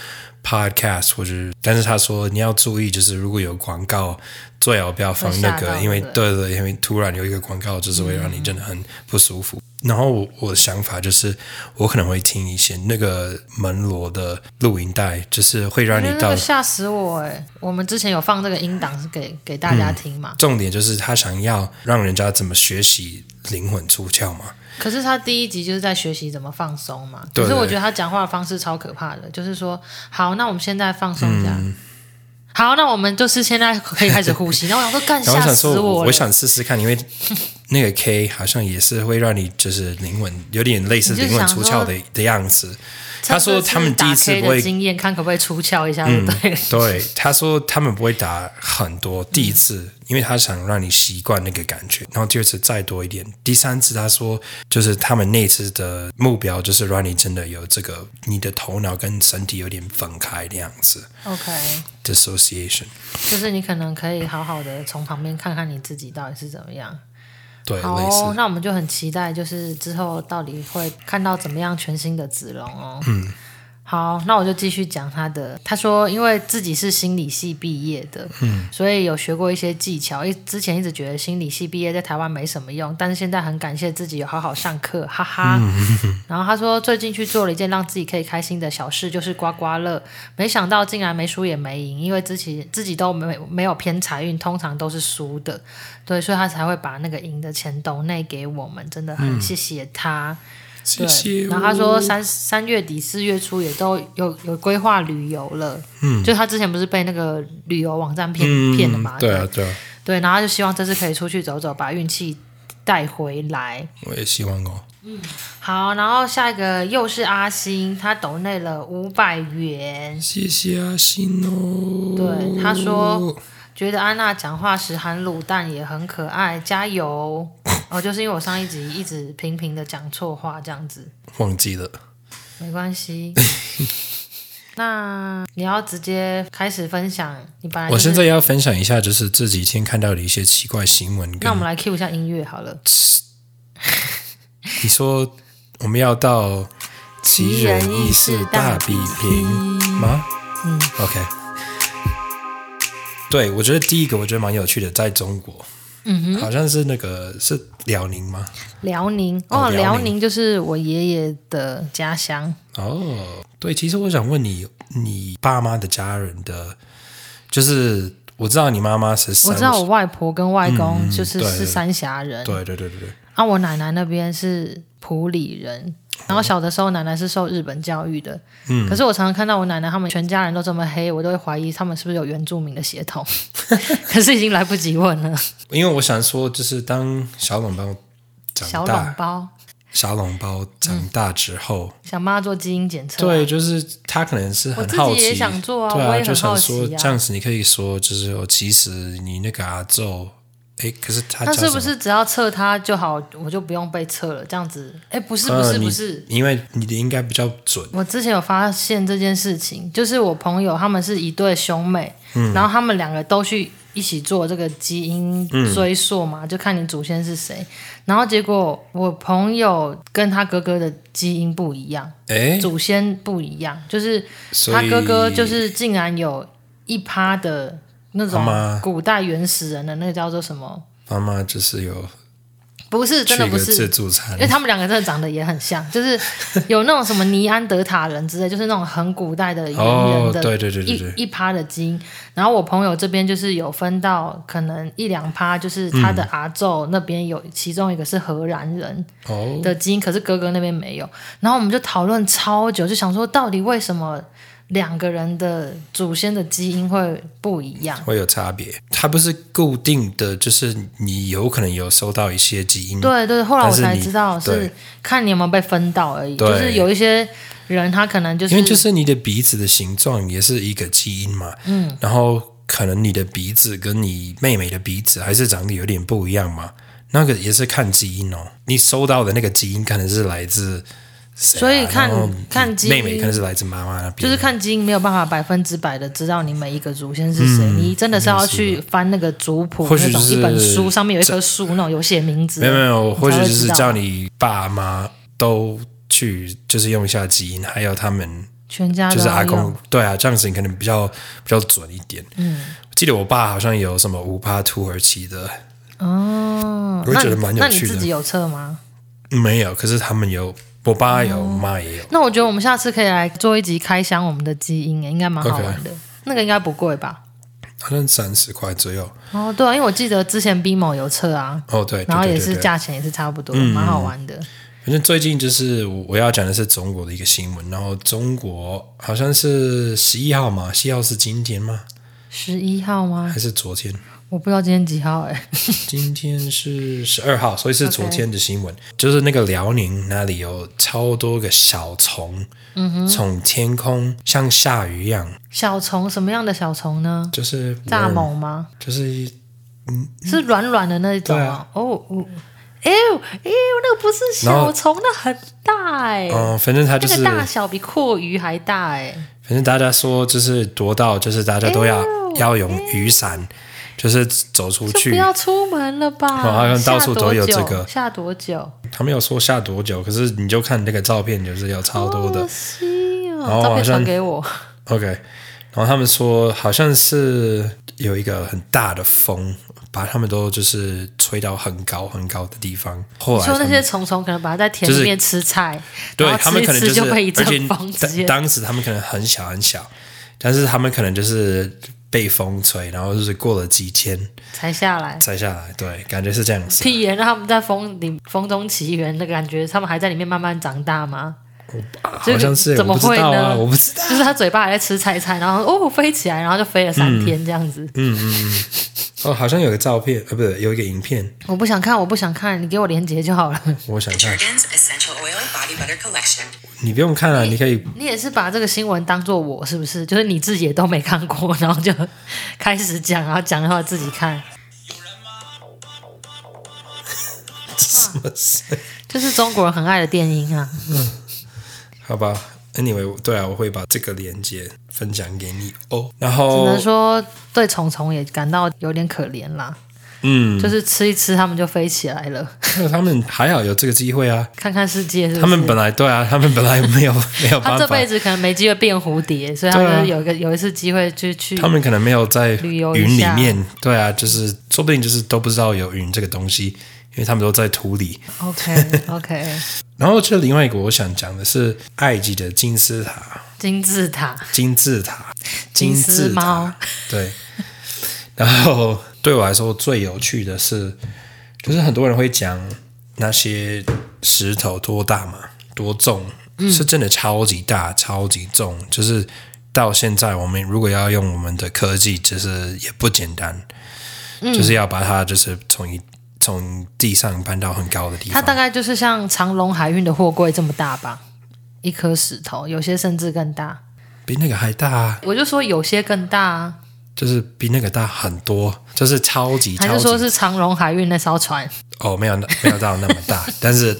[SPEAKER 2] podcast，或者是，但是他说你要注意，就是如果有广告，最好不要放那
[SPEAKER 1] 会吓
[SPEAKER 2] 个，
[SPEAKER 1] 到
[SPEAKER 2] 因为
[SPEAKER 1] 对
[SPEAKER 2] 对对，因为突然有一个广告，就是会让你真的很不舒
[SPEAKER 1] 嗯
[SPEAKER 2] 服。然后我我的想法就是，我可能会听一些那个门罗的录音带，就是会让
[SPEAKER 1] 因
[SPEAKER 2] 你
[SPEAKER 1] 为那
[SPEAKER 2] 到
[SPEAKER 1] 个吓死我哎、我们之前有放这个音档是给给大家听嘛，
[SPEAKER 2] 重点就是他想要让人家怎么学习灵魂出窍嘛。
[SPEAKER 1] 可是他第一集就是在学习怎么放松嘛。
[SPEAKER 2] 嗯对
[SPEAKER 1] 可是我觉得他讲话的方式超可怕的，就是说，好，那我们现在放松一下。
[SPEAKER 2] 嗯
[SPEAKER 1] 好，那我们就是现在可以开始呼吸。然后我想说，干
[SPEAKER 2] 然
[SPEAKER 1] 吓
[SPEAKER 2] 后我想
[SPEAKER 1] 死
[SPEAKER 2] 说，我
[SPEAKER 1] 了！
[SPEAKER 2] 我想试试看，因为那个 K 好像也是会让你就是灵魂有点类似
[SPEAKER 1] 你就
[SPEAKER 2] 灵魂
[SPEAKER 1] 想
[SPEAKER 2] 出
[SPEAKER 1] 说
[SPEAKER 2] 窍的的样子。
[SPEAKER 1] 趁
[SPEAKER 2] 他说
[SPEAKER 1] 这次
[SPEAKER 2] 他们第一
[SPEAKER 1] 打
[SPEAKER 2] 次
[SPEAKER 1] K
[SPEAKER 2] 不会嗯
[SPEAKER 1] 的经验，看可不可以出窍一下，对不对？
[SPEAKER 2] 对，他说他们不会打很多，第一次，因为他想让你习惯那个感觉，然后第二次再多一点，第三次他说就是他们那次的目标就是让你真的有这个你的头脑跟身体有点分开的样子
[SPEAKER 1] OK，
[SPEAKER 2] ，dissociation。
[SPEAKER 1] 就是你可能可以好好的从旁边看看你自己到底是怎么样。
[SPEAKER 2] 对，
[SPEAKER 1] 好
[SPEAKER 2] 类
[SPEAKER 1] 哦、
[SPEAKER 2] 似。
[SPEAKER 1] 那我们就很期待，就是之后到底会看到怎么样全新的子龙哦。嗯，好，那我就继续讲他的。他说，因为自己是心理系毕业的，嗯，所以有学过一些技巧。一之前一直觉得心理系毕业在台湾没什么用，但是现在很感谢自己有好好上课，哈哈。
[SPEAKER 2] 嗯
[SPEAKER 1] 然后他说，最近去做了一件让自己可以开心的小事，就是刮刮乐。没想到竟然没输也没赢，因为自己自己都没没有偏财运，通常都是输的。对，所以他才会把那个赢的钱抖内给我们，真的很谢谢他。
[SPEAKER 2] 谢
[SPEAKER 1] 对，
[SPEAKER 2] 谢。
[SPEAKER 1] 然后他说三三月底四月初也都有有规划旅游了，嗯，就他之前不是被那个旅游网站骗、骗了嘛，
[SPEAKER 2] 对啊，对啊，
[SPEAKER 1] 对，然后他就希望这次可以出去走走，把运气带回来。
[SPEAKER 2] 我也希望哦。
[SPEAKER 1] 好，然后下一个又是阿星，他抖内了五百元，
[SPEAKER 2] 谢谢阿信哦。
[SPEAKER 1] 对，他说觉得安娜讲话时含卤蛋也很可爱，加油！哦，就是因为我上一集一直频频的讲错话，这样子
[SPEAKER 2] 忘记了。
[SPEAKER 1] 没关 系。那你要直接开始分享，你本来、啊就
[SPEAKER 2] 我
[SPEAKER 1] 是、
[SPEAKER 2] 现在要分享一下，就是这几天看到的一些奇怪新闻。
[SPEAKER 1] 那
[SPEAKER 2] 跟
[SPEAKER 1] 我们来 cue 一下音乐好了。
[SPEAKER 2] 你说我们要到奇人异事大比拼吗？嗯，OK。对，我觉得第一个我觉得蛮有趣的，在中国，嗯好像是那个是辽宁吗？
[SPEAKER 1] 辽宁
[SPEAKER 2] 哦
[SPEAKER 1] 哦，
[SPEAKER 2] 辽
[SPEAKER 1] 辽
[SPEAKER 2] 宁
[SPEAKER 1] 宁就是我爷爷的家乡。
[SPEAKER 2] 哦，对，其实我想问你，你爸妈的家人的，就是我知道你妈妈是
[SPEAKER 1] 我
[SPEAKER 2] 三，
[SPEAKER 1] 知道我外婆跟外公就是
[SPEAKER 2] 嗯对
[SPEAKER 1] 是三峡人，
[SPEAKER 2] 对对对对对，
[SPEAKER 1] 啊，我奶奶那边是普里人。然后小的时候，奶奶是受日本教育的，嗯，可是我常常看到我奶奶他们全家人都这么黑，我都会怀疑他们是不是有原住民的血 统，可是已经来不及问了。
[SPEAKER 2] 因为我想说，就是当小笼包
[SPEAKER 1] 小
[SPEAKER 2] 长
[SPEAKER 1] 笼
[SPEAKER 2] 大，
[SPEAKER 1] 包，
[SPEAKER 2] 小笼包长大之后，
[SPEAKER 1] 想帮他做基因检测，，啊
[SPEAKER 2] 对，就是他可能是
[SPEAKER 1] 嗯我
[SPEAKER 2] 很
[SPEAKER 1] 自
[SPEAKER 2] 好
[SPEAKER 1] 己也
[SPEAKER 2] 奇，
[SPEAKER 1] 想做啊，
[SPEAKER 2] 对
[SPEAKER 1] 我
[SPEAKER 2] 啊，
[SPEAKER 1] 也
[SPEAKER 2] 就
[SPEAKER 1] 很好
[SPEAKER 2] 想
[SPEAKER 1] 奇
[SPEAKER 2] 说
[SPEAKER 1] 啊。
[SPEAKER 2] 这样子，你可以说就是哦，其实你那个阿昼，哎，可是他
[SPEAKER 1] 那
[SPEAKER 2] 叫
[SPEAKER 1] 是
[SPEAKER 2] 什
[SPEAKER 1] 不
[SPEAKER 2] 么
[SPEAKER 1] 是只要测它就好，我就不用被测了？这样子？哎，不是，不
[SPEAKER 2] 呃
[SPEAKER 1] 是，
[SPEAKER 2] 你
[SPEAKER 1] 不是。
[SPEAKER 2] 因为你的应该比较准，
[SPEAKER 1] 我之前有发现这件事情，就是我朋友他们是一对兄妹，然后他们两个都去一起做这个基因追溯嘛，就看你祖先是谁。然后结果我朋友跟他哥哥的基因不一样，
[SPEAKER 2] 哎，
[SPEAKER 1] 祖先不一样，就是
[SPEAKER 2] 所
[SPEAKER 1] 他
[SPEAKER 2] 以
[SPEAKER 1] 哥哥就是竟然有一趴的那种
[SPEAKER 2] 他妈
[SPEAKER 1] 古代原始人的那个叫做什么？
[SPEAKER 2] 妈妈就是有
[SPEAKER 1] 不是，
[SPEAKER 2] 去
[SPEAKER 1] 真的
[SPEAKER 2] 一
[SPEAKER 1] 不
[SPEAKER 2] 个
[SPEAKER 1] 是
[SPEAKER 2] 自，助餐
[SPEAKER 1] 因为，他们两个真的长得也很像，就是有那种什么尼安德塔人之类，就是那种很古代的猿
[SPEAKER 2] 哦
[SPEAKER 1] 人的，
[SPEAKER 2] 对对对对对
[SPEAKER 1] 一一趴的基因。然后我朋友这边就是有分到可能一两趴，就是他
[SPEAKER 2] 嗯
[SPEAKER 1] 的阿昼那边有其中一个是荷兰人
[SPEAKER 2] 哦，
[SPEAKER 1] 的基因，可是哥哥那边没有。然后我们就讨论超久，就想说到底为什么两个人的祖先的基因会不一样？
[SPEAKER 2] 会有差别。它不是固定的，就是你有可能有收到一些基因，
[SPEAKER 1] 对对，后来我
[SPEAKER 2] 但是
[SPEAKER 1] 才
[SPEAKER 2] 你
[SPEAKER 1] 知道是
[SPEAKER 2] 对
[SPEAKER 1] 看你有没有被分到而已，
[SPEAKER 2] 对
[SPEAKER 1] 就是有一些人他可能就是
[SPEAKER 2] 因为就是你的鼻子的形状也是一个基因嘛，嗯，然后可能你的鼻子跟你妹妹的鼻子还是长得有点不一样嘛，那个也是看基因哦。你收到的那个基因可能是来自谁啊、
[SPEAKER 1] 所以看
[SPEAKER 2] 然后
[SPEAKER 1] 看基因
[SPEAKER 2] 妹妹可能是来自妈妈那边，
[SPEAKER 1] 就是看基因没有办法百分之百的知道你每一个祖先是
[SPEAKER 2] 嗯
[SPEAKER 1] 谁，你真的是要去翻那个族谱
[SPEAKER 2] 或许
[SPEAKER 1] 那种
[SPEAKER 2] 就是
[SPEAKER 1] 一本书，上面有一棵树那种有写名字
[SPEAKER 2] 没
[SPEAKER 1] 的，
[SPEAKER 2] 有没有，或许就
[SPEAKER 1] 你才会
[SPEAKER 2] 是
[SPEAKER 1] 知道
[SPEAKER 2] 叫你爸妈都去，就是用一下基因，还有他们
[SPEAKER 1] 全家都
[SPEAKER 2] 就是阿
[SPEAKER 1] 要用
[SPEAKER 2] 公，对啊，这样子你可能比较比较准一点。嗯，我记得我爸好像有什么五趴土耳其的，
[SPEAKER 1] 哦。
[SPEAKER 2] 我
[SPEAKER 1] 那
[SPEAKER 2] 觉得
[SPEAKER 1] 你
[SPEAKER 2] 蛮有
[SPEAKER 1] 那你
[SPEAKER 2] 趣的
[SPEAKER 1] 自己有测吗？
[SPEAKER 2] 没有，可是他们有，我
[SPEAKER 1] 哦
[SPEAKER 2] 爸有，我妈也有。
[SPEAKER 1] 那我觉得我们下次可以来做一集开箱我们的基因，应该蛮好玩的。那个应该不贵吧？
[SPEAKER 2] 好像三十块左右。
[SPEAKER 1] 哦，对啊，因为我记得之前 BMO 有测啊，
[SPEAKER 2] 哦，对，对
[SPEAKER 1] 然后也
[SPEAKER 2] 对
[SPEAKER 1] 是
[SPEAKER 2] 对对嗯
[SPEAKER 1] 价钱也是差不多，蛮好玩的。
[SPEAKER 2] 反正最近就是我我要讲的是中国的一个新闻，然后中国好像是十一号嘛，十一号是今天吗？
[SPEAKER 1] 十一号吗？
[SPEAKER 2] 还是昨天？
[SPEAKER 1] 我不知道今天几号哎、
[SPEAKER 2] 今天是十二号，所以是昨天的新闻就是那个辽宁那里有超多个小虫，从天空像下雨一样，
[SPEAKER 1] 小虫什么样的小虫呢？
[SPEAKER 2] 就是
[SPEAKER 1] 蚱
[SPEAKER 2] worm，
[SPEAKER 1] 蜢吗？
[SPEAKER 2] 就是
[SPEAKER 1] 是软软的那一种
[SPEAKER 2] 对
[SPEAKER 1] 啊
[SPEAKER 2] 啊？
[SPEAKER 1] 哦哦，哎呦哎呦，那个不是
[SPEAKER 2] 然
[SPEAKER 1] 小
[SPEAKER 2] 后
[SPEAKER 1] 虫，那很大哎、
[SPEAKER 2] 嗯、反正它就
[SPEAKER 1] 那
[SPEAKER 2] 是
[SPEAKER 1] 个大小比阔鱼还大哎、
[SPEAKER 2] 反正大家说就是多到就是大家都要、要用雨伞，就是走出
[SPEAKER 1] 就不
[SPEAKER 2] 去。
[SPEAKER 1] 要出门了吧？
[SPEAKER 2] 哦好像到处都有这个
[SPEAKER 1] 下多久？
[SPEAKER 2] 他们有说下多久，可是你就看那个照片，就是有超多的
[SPEAKER 1] 可。惜
[SPEAKER 2] 然后
[SPEAKER 1] 哦，
[SPEAKER 2] 好
[SPEAKER 1] 照片传
[SPEAKER 2] 像
[SPEAKER 1] 给我。
[SPEAKER 2] OK，然后他们说好像是有一个很大的风，把他们都就是吹到很高很高的地方。后来
[SPEAKER 1] 说那
[SPEAKER 2] 他们
[SPEAKER 1] 些虫虫可能把它在田
[SPEAKER 2] 就是
[SPEAKER 1] 里面吃菜，然
[SPEAKER 2] 对
[SPEAKER 1] 后
[SPEAKER 2] 他们
[SPEAKER 1] 吃一
[SPEAKER 2] 可能
[SPEAKER 1] 吃
[SPEAKER 2] 是，
[SPEAKER 1] 就被一
[SPEAKER 2] 而且
[SPEAKER 1] 阵风直
[SPEAKER 2] 当
[SPEAKER 1] 接
[SPEAKER 2] 当时他们可能很小很小，但是他们可能就是被风吹，然后就是过了几天
[SPEAKER 1] 才下来。
[SPEAKER 2] 才下来。对，感觉是这样子。
[SPEAKER 1] 屁耶！那他们在风里风中奇缘的感觉，他们还在里面慢慢长大吗？这
[SPEAKER 2] 好
[SPEAKER 1] 个
[SPEAKER 2] 像是
[SPEAKER 1] 怎么
[SPEAKER 2] 我不
[SPEAKER 1] 会
[SPEAKER 2] 知道啊，
[SPEAKER 1] 呢
[SPEAKER 2] 我不知道。
[SPEAKER 1] 就是他嘴巴还在吃菜菜，然后哦飞起来，然后就飞了三
[SPEAKER 2] 嗯
[SPEAKER 1] 天这样子。
[SPEAKER 2] 哦，好像有个照片，呃，不是有一个影片，
[SPEAKER 1] 我不想看，我不想看，你给我连接就好了。
[SPEAKER 2] 我想看。
[SPEAKER 3] Jergens Essential Oil Body Butter Collection.
[SPEAKER 2] 你不用看了、啊
[SPEAKER 1] 哎
[SPEAKER 2] 你可以
[SPEAKER 1] 你也是把这个新闻当做我是不是？就是你自己也都没看过，然后就 开始讲，然后讲的话自己看，
[SPEAKER 2] 什么事？
[SPEAKER 1] 就是中国人很爱的电音啊。
[SPEAKER 2] 好吧？Anyway，我对啊，我会把这个链接分享给你哦。然
[SPEAKER 1] 只
[SPEAKER 2] 后
[SPEAKER 1] 能说对虫虫也感到有点可怜啦。嗯，就是吃一吃，他们就飞起来了，
[SPEAKER 2] 那他们还好有这个机会啊。
[SPEAKER 1] 看看世界是不是。
[SPEAKER 2] 他们本来对啊，他 们本来 没有没有
[SPEAKER 1] 他
[SPEAKER 2] 办
[SPEAKER 1] 这辈
[SPEAKER 2] 法，
[SPEAKER 1] 子可能没机会变蝴蝶，所以他
[SPEAKER 2] 对啊
[SPEAKER 1] 们有一个、有一次机会就去
[SPEAKER 2] 他们可能没有在
[SPEAKER 1] 旅游一
[SPEAKER 2] 云里
[SPEAKER 1] 下
[SPEAKER 2] 面，对啊，就是说不定就是都不知道有云这个东西，因为他们都在土里。
[SPEAKER 1] OK OK
[SPEAKER 2] 然后这另外一个我想讲的是埃及的金字塔，
[SPEAKER 1] 金字塔，
[SPEAKER 2] 金字塔，
[SPEAKER 1] 金丝
[SPEAKER 2] 字塔
[SPEAKER 1] 猫，
[SPEAKER 2] 对。然后对我来说最有趣的是，就是很多人会讲那些石头多大嘛，多重，
[SPEAKER 1] 嗯
[SPEAKER 2] 是真的超级大、超级重，就是到现在我们如果要用我们的科技，就是也不简单，
[SPEAKER 1] 嗯
[SPEAKER 2] 就是要把它就是从一从地上搬到很高的地
[SPEAKER 1] 它
[SPEAKER 2] 方，
[SPEAKER 1] 大概就是像长隆海运的货柜这么大吧，一颗石头，有些甚至更大。
[SPEAKER 2] 比那个还大、啊，
[SPEAKER 1] 我就说有些更大啊，
[SPEAKER 2] 就是比那个大很多，就是超级
[SPEAKER 1] 还
[SPEAKER 2] 超
[SPEAKER 1] 是
[SPEAKER 2] 级
[SPEAKER 1] 说是长隆海运那艘船？
[SPEAKER 2] 哦，没有那没有到那么大，但是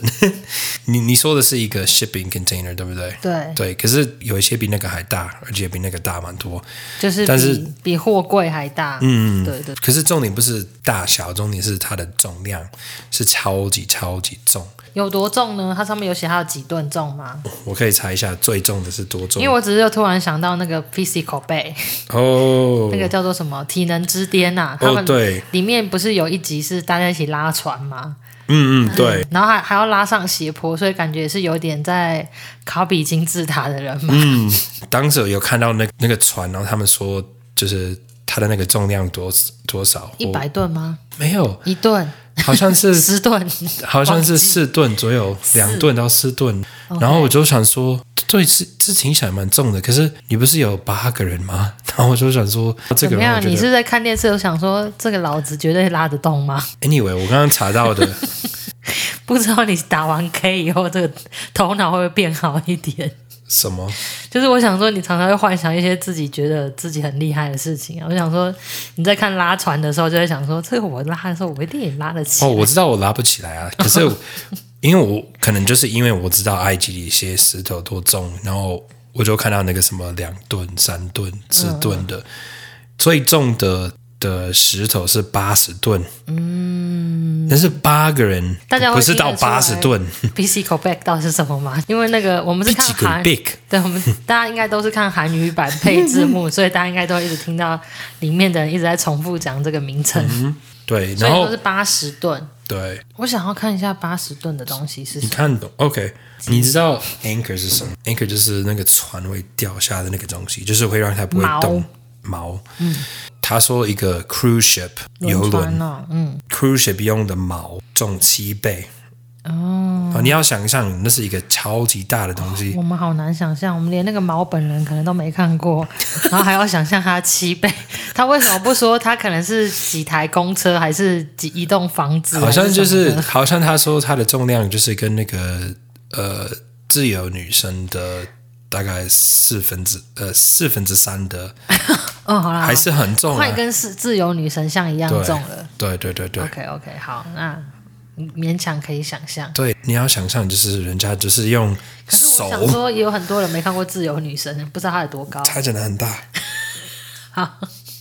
[SPEAKER 2] 你你说的是一个 shipping container 对不对？
[SPEAKER 1] 对
[SPEAKER 2] 对，可是有一些比那个还大，而且比那个大蛮多。
[SPEAKER 1] 就是比
[SPEAKER 2] 但是
[SPEAKER 1] 比货柜还大。嗯，对对。
[SPEAKER 2] 可是重点不是大小，重点是它的重量是超级超级重。
[SPEAKER 1] 有多重呢？它上面有写它有几吨重吗？
[SPEAKER 2] 我可以查一下最重的是多重
[SPEAKER 1] 因为。我只是又突然想到那个 PC 口碑，
[SPEAKER 2] 哦，
[SPEAKER 1] 那个叫做什么体能之巅啊，他
[SPEAKER 2] 哦
[SPEAKER 1] 们
[SPEAKER 2] 对
[SPEAKER 1] 里面不是有一集是大家一起拉船吗？
[SPEAKER 2] 嗯嗯，对，
[SPEAKER 1] 然后还还要拉上斜坡，所以感觉是有点在考比金字塔的人嘛。
[SPEAKER 2] 嗯，当时有看到那那个船，然后他们说就是它的那个重量多多少？
[SPEAKER 1] 一百
[SPEAKER 2] 我
[SPEAKER 1] 吨吗？
[SPEAKER 2] 没有，
[SPEAKER 1] 一吨、
[SPEAKER 2] 好像是
[SPEAKER 1] 十吨？
[SPEAKER 2] 好像是
[SPEAKER 1] 忘记
[SPEAKER 2] 四吨左右，两吨到四吨。然后我就想说，对，是是挺想蛮重的。可是你不是有八个人吗？ 然后我就想说，这
[SPEAKER 1] 怎
[SPEAKER 2] 个
[SPEAKER 1] 么
[SPEAKER 2] 人
[SPEAKER 1] 样
[SPEAKER 2] 我？觉
[SPEAKER 1] 你
[SPEAKER 2] 得
[SPEAKER 1] 是在看电视，有想说这个老子绝对拉得动吗？
[SPEAKER 2] ，anyway，我刚刚查到的，
[SPEAKER 1] 不知道你打完 K 以后，这个头脑会不会变好一点？
[SPEAKER 2] 什么？
[SPEAKER 1] 就是我想说，你常常会幻想一些自己觉得自己很厉害的事情啊。我想说，你在看拉船的时候，就会想说，这个我拉的时候，我一定也拉得起。
[SPEAKER 2] 哦，我知道我拉不起来啊， 可是因为我可能就是因为我知道埃及的一些石头多重，然后我就看到那个什么两吨、三吨、四吨
[SPEAKER 1] 嗯
[SPEAKER 2] 的，最重的的石头是八十吨，嗯，但是八个人，
[SPEAKER 1] 大家会
[SPEAKER 2] 不是到
[SPEAKER 1] 听得出来
[SPEAKER 2] 八十吨，
[SPEAKER 1] BC c o b a c 到底是什么吗？因为那个我们是
[SPEAKER 2] Bitch
[SPEAKER 1] 看
[SPEAKER 2] go
[SPEAKER 1] 韩
[SPEAKER 2] big
[SPEAKER 1] 对，我们大家应该都是看韩语版配字幕，所以大家应该都一直听到里面的人一直在重复讲这个名称，
[SPEAKER 2] 对，
[SPEAKER 1] 所
[SPEAKER 2] 嗯然
[SPEAKER 1] 以
[SPEAKER 2] 后
[SPEAKER 1] 都是八十吨。
[SPEAKER 2] 对，
[SPEAKER 1] 我想要看一下八十吨的东西是
[SPEAKER 2] 你
[SPEAKER 1] 什么。
[SPEAKER 2] 看懂？OK，你知道 anchor 是什么？anchor 就是那个船会掉下的那个东西，就是会让它不会动。锚，嗯，他说一个 cruise ship 游轮
[SPEAKER 1] 船哦，嗯，
[SPEAKER 2] ，cruise ship 用的锚重七倍。哦，你要想象那是一个超级大的东西
[SPEAKER 1] 我，们好难想象，我们连那个毛本人可能都没看过，然后还要想象他七倍，他为什么不说他可能是几台公车，还是几一栋房子？
[SPEAKER 2] 好像就
[SPEAKER 1] 还
[SPEAKER 2] 是
[SPEAKER 1] 什么的
[SPEAKER 2] 好像他说他的重量就是跟那个呃自由女生的大概四分之呃四分之三的，
[SPEAKER 1] 哦，好啦，
[SPEAKER 2] 还是很重、啊
[SPEAKER 1] 快，跟是自由女神像一样
[SPEAKER 2] 对
[SPEAKER 1] 重了。
[SPEAKER 2] 对对对对。
[SPEAKER 1] OK OK，好，那勉强可以想象。
[SPEAKER 2] 对，你要想象，就是人家就是用
[SPEAKER 1] 可是我
[SPEAKER 2] 手，
[SPEAKER 1] 想说，也有很多人没看过自由女神，不知道她有多高。
[SPEAKER 2] 它真的很大。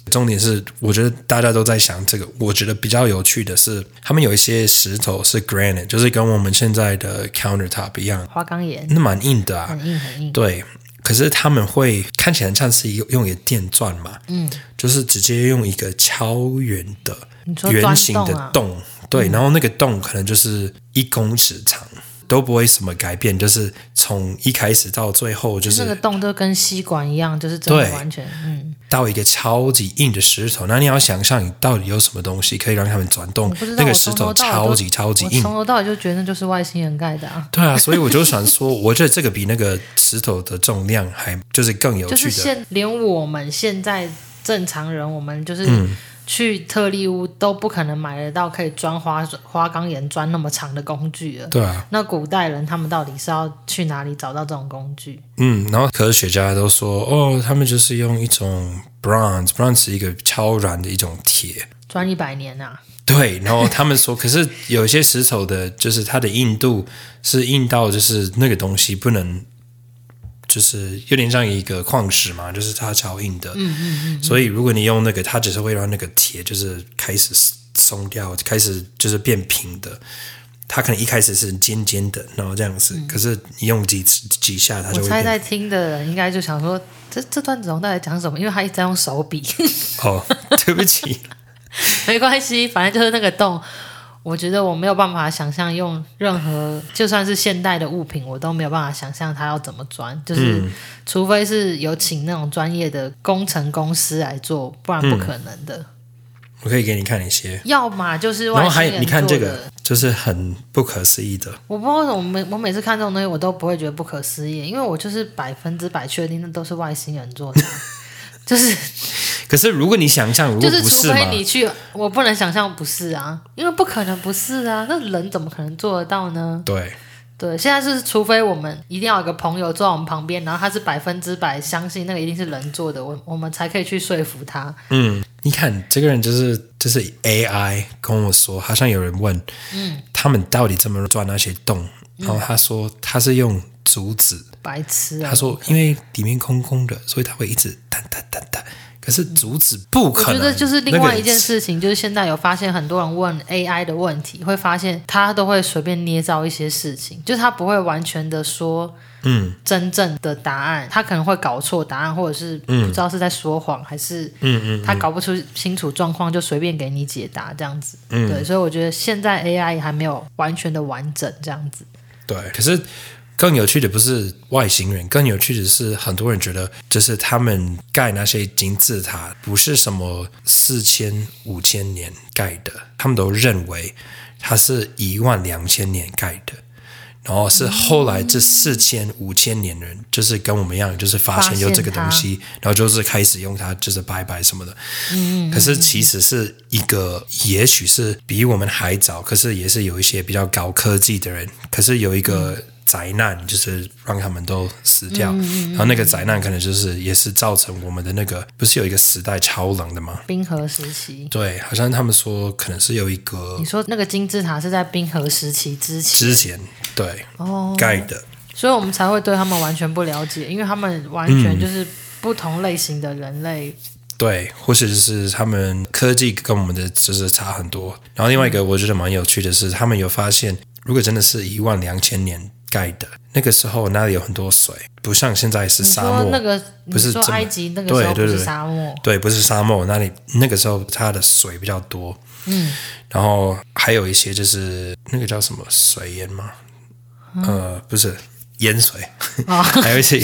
[SPEAKER 2] 重点是，我觉得大家都在想这个。我觉得比较有趣的是，他们有一些石头是 granite，就是跟我们现在的 countertop 一样，
[SPEAKER 1] 花岗岩
[SPEAKER 2] 那蛮硬的啊。
[SPEAKER 1] 很硬很硬，
[SPEAKER 2] 对，可是他们会看起来像是用用一个电钻嘛，嗯，就是直接用一个超圆的
[SPEAKER 1] 你说
[SPEAKER 2] 圆形的
[SPEAKER 1] 钻洞啊
[SPEAKER 2] 洞，对，然后那个洞可能就是一公尺长，都不会什么改变，就是从一开始到最后就
[SPEAKER 1] 那个
[SPEAKER 2] 是
[SPEAKER 1] 洞就跟吸管一样，就是真的
[SPEAKER 2] 对
[SPEAKER 1] 完全嗯，
[SPEAKER 2] 到一个超级硬的石头，那你要想象你到底有什么东西可以让他们转动
[SPEAKER 1] 我不知，道
[SPEAKER 2] 那个
[SPEAKER 1] 我
[SPEAKER 2] 石
[SPEAKER 1] 从
[SPEAKER 2] 头
[SPEAKER 1] 头到尾
[SPEAKER 2] 超
[SPEAKER 1] 都
[SPEAKER 2] 级超级
[SPEAKER 1] 我
[SPEAKER 2] 硬，
[SPEAKER 1] 从头到尾就觉得那就是外星人盖的啊。
[SPEAKER 2] 对啊，所以我就想说，我觉得这个比那个石头的重量还就是更 有
[SPEAKER 1] 就
[SPEAKER 2] 趣
[SPEAKER 1] 是
[SPEAKER 2] 的，
[SPEAKER 1] 现连我们现在正常人，我们就是
[SPEAKER 2] 嗯
[SPEAKER 1] 去特利屋都不可能买得到可以钻花花岗岩钻那么长的工具了。
[SPEAKER 2] 对啊。
[SPEAKER 1] 那古代人他们到底是要去哪里找到这种工具？
[SPEAKER 2] 嗯，然后科学家都说，哦，他们就是用一种 bronze，bronze 是一个超软的一种铁，
[SPEAKER 1] 钻一百年啊！
[SPEAKER 2] 对。然后他们说，可是有一些石头的，就是它的硬度是硬到就是那个东西不能，就是有点像一个矿石嘛，就是它超硬的。嗯嗯嗯所以如果你用那个，它只是会让那个铁就是开始松掉，开始就是变平的。它可能一开始是尖尖的，然后这样子，可是你用几次几下，它
[SPEAKER 1] 我
[SPEAKER 2] 就会
[SPEAKER 1] 猜
[SPEAKER 2] 变
[SPEAKER 1] 在听的人应该就想说，这这段子龙到底讲什么？因为他一直在用手比，
[SPEAKER 2] 哦， 对不起，
[SPEAKER 1] 没关系，反正就是那个洞。我觉得我没有办法想象用任何，就算是现代的物品，我都没有办法想象它要怎么钻。就是，
[SPEAKER 2] 嗯
[SPEAKER 1] 除非是有请那种专业的工程公司来做，不然不可能
[SPEAKER 2] 嗯
[SPEAKER 1] 的。
[SPEAKER 2] 我可以给你看一些。
[SPEAKER 1] 要么就是
[SPEAKER 2] 然
[SPEAKER 1] 外
[SPEAKER 2] 后
[SPEAKER 1] 星
[SPEAKER 2] 还有
[SPEAKER 1] 啊人
[SPEAKER 2] 你看
[SPEAKER 1] 做
[SPEAKER 2] 这
[SPEAKER 1] 的。
[SPEAKER 2] 个，就是很不可思议的，
[SPEAKER 1] 我不知道为什么，我每我每次看这种东西，我都不会觉得不可思议，因为我就是百分之百确定那都是外星人做的啊， 就是
[SPEAKER 2] 可是如果你想象，如
[SPEAKER 1] 就
[SPEAKER 2] 果
[SPEAKER 1] 是，
[SPEAKER 2] 不
[SPEAKER 1] 除
[SPEAKER 2] 是
[SPEAKER 1] 非
[SPEAKER 2] 嘛，
[SPEAKER 1] 你去，我不能想象不是啊，因为不可能不是啊，那人怎么可能做得到呢？
[SPEAKER 2] 对，
[SPEAKER 1] 对，现在是除非我们一定要有个朋友坐在我们旁边，然后他是百分之百相信那个一定是人做的，我我们才可以去说服他。
[SPEAKER 2] 嗯，你看这个人就是就是 AI 跟我说，好像有人问，嗯，他们到底怎么钻那些洞？
[SPEAKER 1] 嗯
[SPEAKER 2] 然后他说他是用竹子，
[SPEAKER 1] 白痴啊
[SPEAKER 2] 他！说因为里面空空的，所以他会一直弹弹弹弹。可是竹子不
[SPEAKER 1] 我
[SPEAKER 2] 可
[SPEAKER 1] 觉
[SPEAKER 2] 能，
[SPEAKER 1] 得就是另外一件
[SPEAKER 2] 那个
[SPEAKER 1] 事情，就是现在有发现很多人问 AI 的问题，会发现他都会随便捏造一些事情，就是他不会完全的说
[SPEAKER 2] 嗯
[SPEAKER 1] 真正的答案，他可能会搞错答案，或者是不知道是在说谎，还是
[SPEAKER 2] 嗯嗯嗯
[SPEAKER 1] 他搞不出清楚状况，就随便给你解答这样子。
[SPEAKER 2] 嗯
[SPEAKER 1] 对，所以我觉得现在 AI 还没有完全的完整这样子。
[SPEAKER 2] 对。可是更有趣的不是外星人，更有趣的是很多人觉得，就是他们盖那些金字塔不是什么四千五千年盖的，他们都认为它是一万两千年盖的。然后是后来这四千五千年人，就是跟我们一样，就是发现有这个东西，然后就是开始用它，就是拜拜什么的。
[SPEAKER 1] 嗯
[SPEAKER 2] 可是其实是一个，也许是比我们还早，可是也是有一些比较高科技的人，可是有一个
[SPEAKER 1] 嗯
[SPEAKER 2] 灾难，就是让他们都死掉。
[SPEAKER 1] 嗯
[SPEAKER 2] 然后那个灾难可能就是也是造成我们的那个，不是有一个时代超冷的吗？
[SPEAKER 1] 冰河时期，
[SPEAKER 2] 对，好像他们说可能是有一个
[SPEAKER 1] 你说那个金字塔是在冰河时期之前，
[SPEAKER 2] 之前对、
[SPEAKER 1] 哦
[SPEAKER 2] 盖的，
[SPEAKER 1] 所以我们才会对他们完全不了解，因为他们完全
[SPEAKER 2] 嗯
[SPEAKER 1] 就是不同类型的人类。
[SPEAKER 2] 对，或者是他们科技跟我们的就是差很多。然后另外一个我觉得蛮有趣的是，他们有发现，如果真的是一万两千年盖的，那个时候那里有很多水，不像现在是
[SPEAKER 1] 你
[SPEAKER 2] 沙
[SPEAKER 1] 说
[SPEAKER 2] 漠。
[SPEAKER 1] 那个，你
[SPEAKER 2] 不是
[SPEAKER 1] 说
[SPEAKER 2] 这么
[SPEAKER 1] 埃及那个时候不
[SPEAKER 2] 对对
[SPEAKER 1] 是
[SPEAKER 2] 对
[SPEAKER 1] 沙漠，
[SPEAKER 2] 对，不是沙漠，那里那个时候它的水比较多。嗯，然后还有一些就是那个叫什么水淹吗？呃，不是淹水，
[SPEAKER 1] 哦
[SPEAKER 2] 还有一些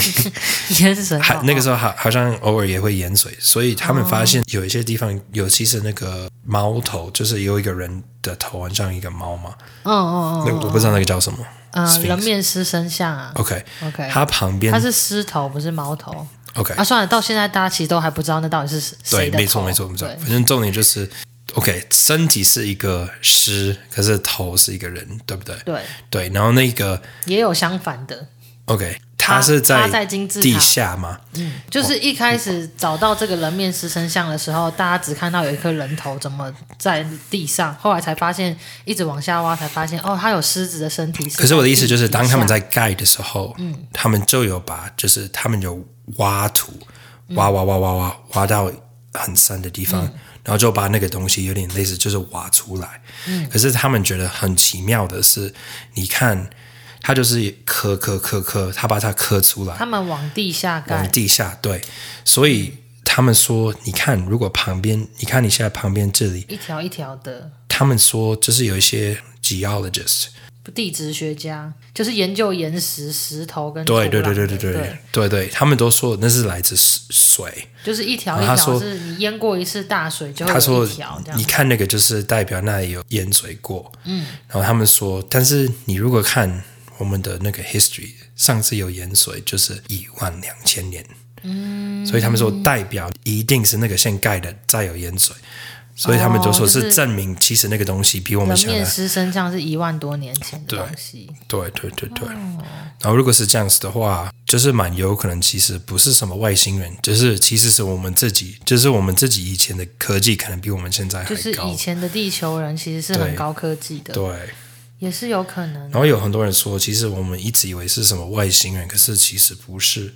[SPEAKER 1] 淹水。
[SPEAKER 2] 还
[SPEAKER 1] 哦
[SPEAKER 2] 那个时候好好像偶尔也会淹水，所以他们发现有一些地方，尤其是那个猫头，就是有一个人的头很像一个猫嘛，
[SPEAKER 1] 哦哦
[SPEAKER 2] 那
[SPEAKER 1] 哦，
[SPEAKER 2] 个我不知道那个叫什么。
[SPEAKER 1] 嗯，
[SPEAKER 2] Sphinx 哦
[SPEAKER 1] 人面狮身像啊
[SPEAKER 2] OK
[SPEAKER 1] ，OK，
[SPEAKER 2] 它旁边
[SPEAKER 1] 它是狮头，不是猫头
[SPEAKER 2] OK，
[SPEAKER 1] 啊。算了，到现在大家其实都还不知道那到底是谁
[SPEAKER 2] 对，
[SPEAKER 1] 的
[SPEAKER 2] 没错
[SPEAKER 1] 头
[SPEAKER 2] 没错没错，
[SPEAKER 1] 对
[SPEAKER 2] 反正重点就是 OK，身体是一个狮，可是头是一个人，对不对？
[SPEAKER 1] 对，
[SPEAKER 2] 对，然后那个
[SPEAKER 1] 也有相反的，
[SPEAKER 2] OK，
[SPEAKER 1] 它
[SPEAKER 2] 它是
[SPEAKER 1] 它在金字塔嗯
[SPEAKER 2] 地下嘛？
[SPEAKER 1] 就是一开始找到这个人面狮身像的时候，大家只看到有一颗人头怎么在地上，后来才发现一直往下挖，才发现哦，它有狮子的身体。
[SPEAKER 2] 可是我的意思就是，当他们在
[SPEAKER 1] 底
[SPEAKER 2] 盖的时候，
[SPEAKER 1] 嗯
[SPEAKER 2] 他们就有把，就是他们有挖土，
[SPEAKER 1] 嗯
[SPEAKER 2] 挖挖挖挖挖挖到很深的地方，然后就把那个东西有点类似，就是挖出来。
[SPEAKER 1] 嗯
[SPEAKER 2] 可是他们觉得很奇妙的是，你看，它就是磕磕磕磕，他把它磕出来
[SPEAKER 1] 下，他们往地下盖
[SPEAKER 2] 往，地下对，所以他们说，你看，如果旁边，你看你现在旁边这里，
[SPEAKER 1] 一条一条的。
[SPEAKER 2] 他们说就是有一些 geologist。
[SPEAKER 1] 地质学家就是研究岩石、石头跟
[SPEAKER 2] 对对
[SPEAKER 1] 土壤
[SPEAKER 2] 对
[SPEAKER 1] 的
[SPEAKER 2] 对对
[SPEAKER 1] 对
[SPEAKER 2] 对对对，他们都说那是来自水水。
[SPEAKER 1] 就是一条一
[SPEAKER 2] 啊然后他
[SPEAKER 1] 条
[SPEAKER 2] 说
[SPEAKER 1] 是你淹过一次大水就会
[SPEAKER 2] 他
[SPEAKER 1] 有
[SPEAKER 2] 说
[SPEAKER 1] 一条这样
[SPEAKER 2] 你。看那个就是代表那里有淹水过，嗯，然后他们说，但是你如果看我们的那个 history，上次有淹水就是一万两千年，嗯，所以他们说代表一定是那个先盖的再有淹水，所以他们就说
[SPEAKER 1] 哦就是
[SPEAKER 2] 是证明其实那个东西比我们
[SPEAKER 1] 人
[SPEAKER 2] 想
[SPEAKER 1] 面
[SPEAKER 2] 的
[SPEAKER 1] 狮身像是一万多年前的东西，
[SPEAKER 2] 对对对对。然后如果是这样子的话，就是蛮有可能其实不是什么外星人，就是其实是我们自己，就是我们自己以前的科技可能比我们现在还
[SPEAKER 1] 就是
[SPEAKER 2] 高。
[SPEAKER 1] 以前的地球人其实是很
[SPEAKER 2] 对
[SPEAKER 1] 高科技的，
[SPEAKER 2] 对，
[SPEAKER 1] 也是有可能。
[SPEAKER 2] 然后有很多人说，其实我们一直以为是什么外星人，可是其实不是。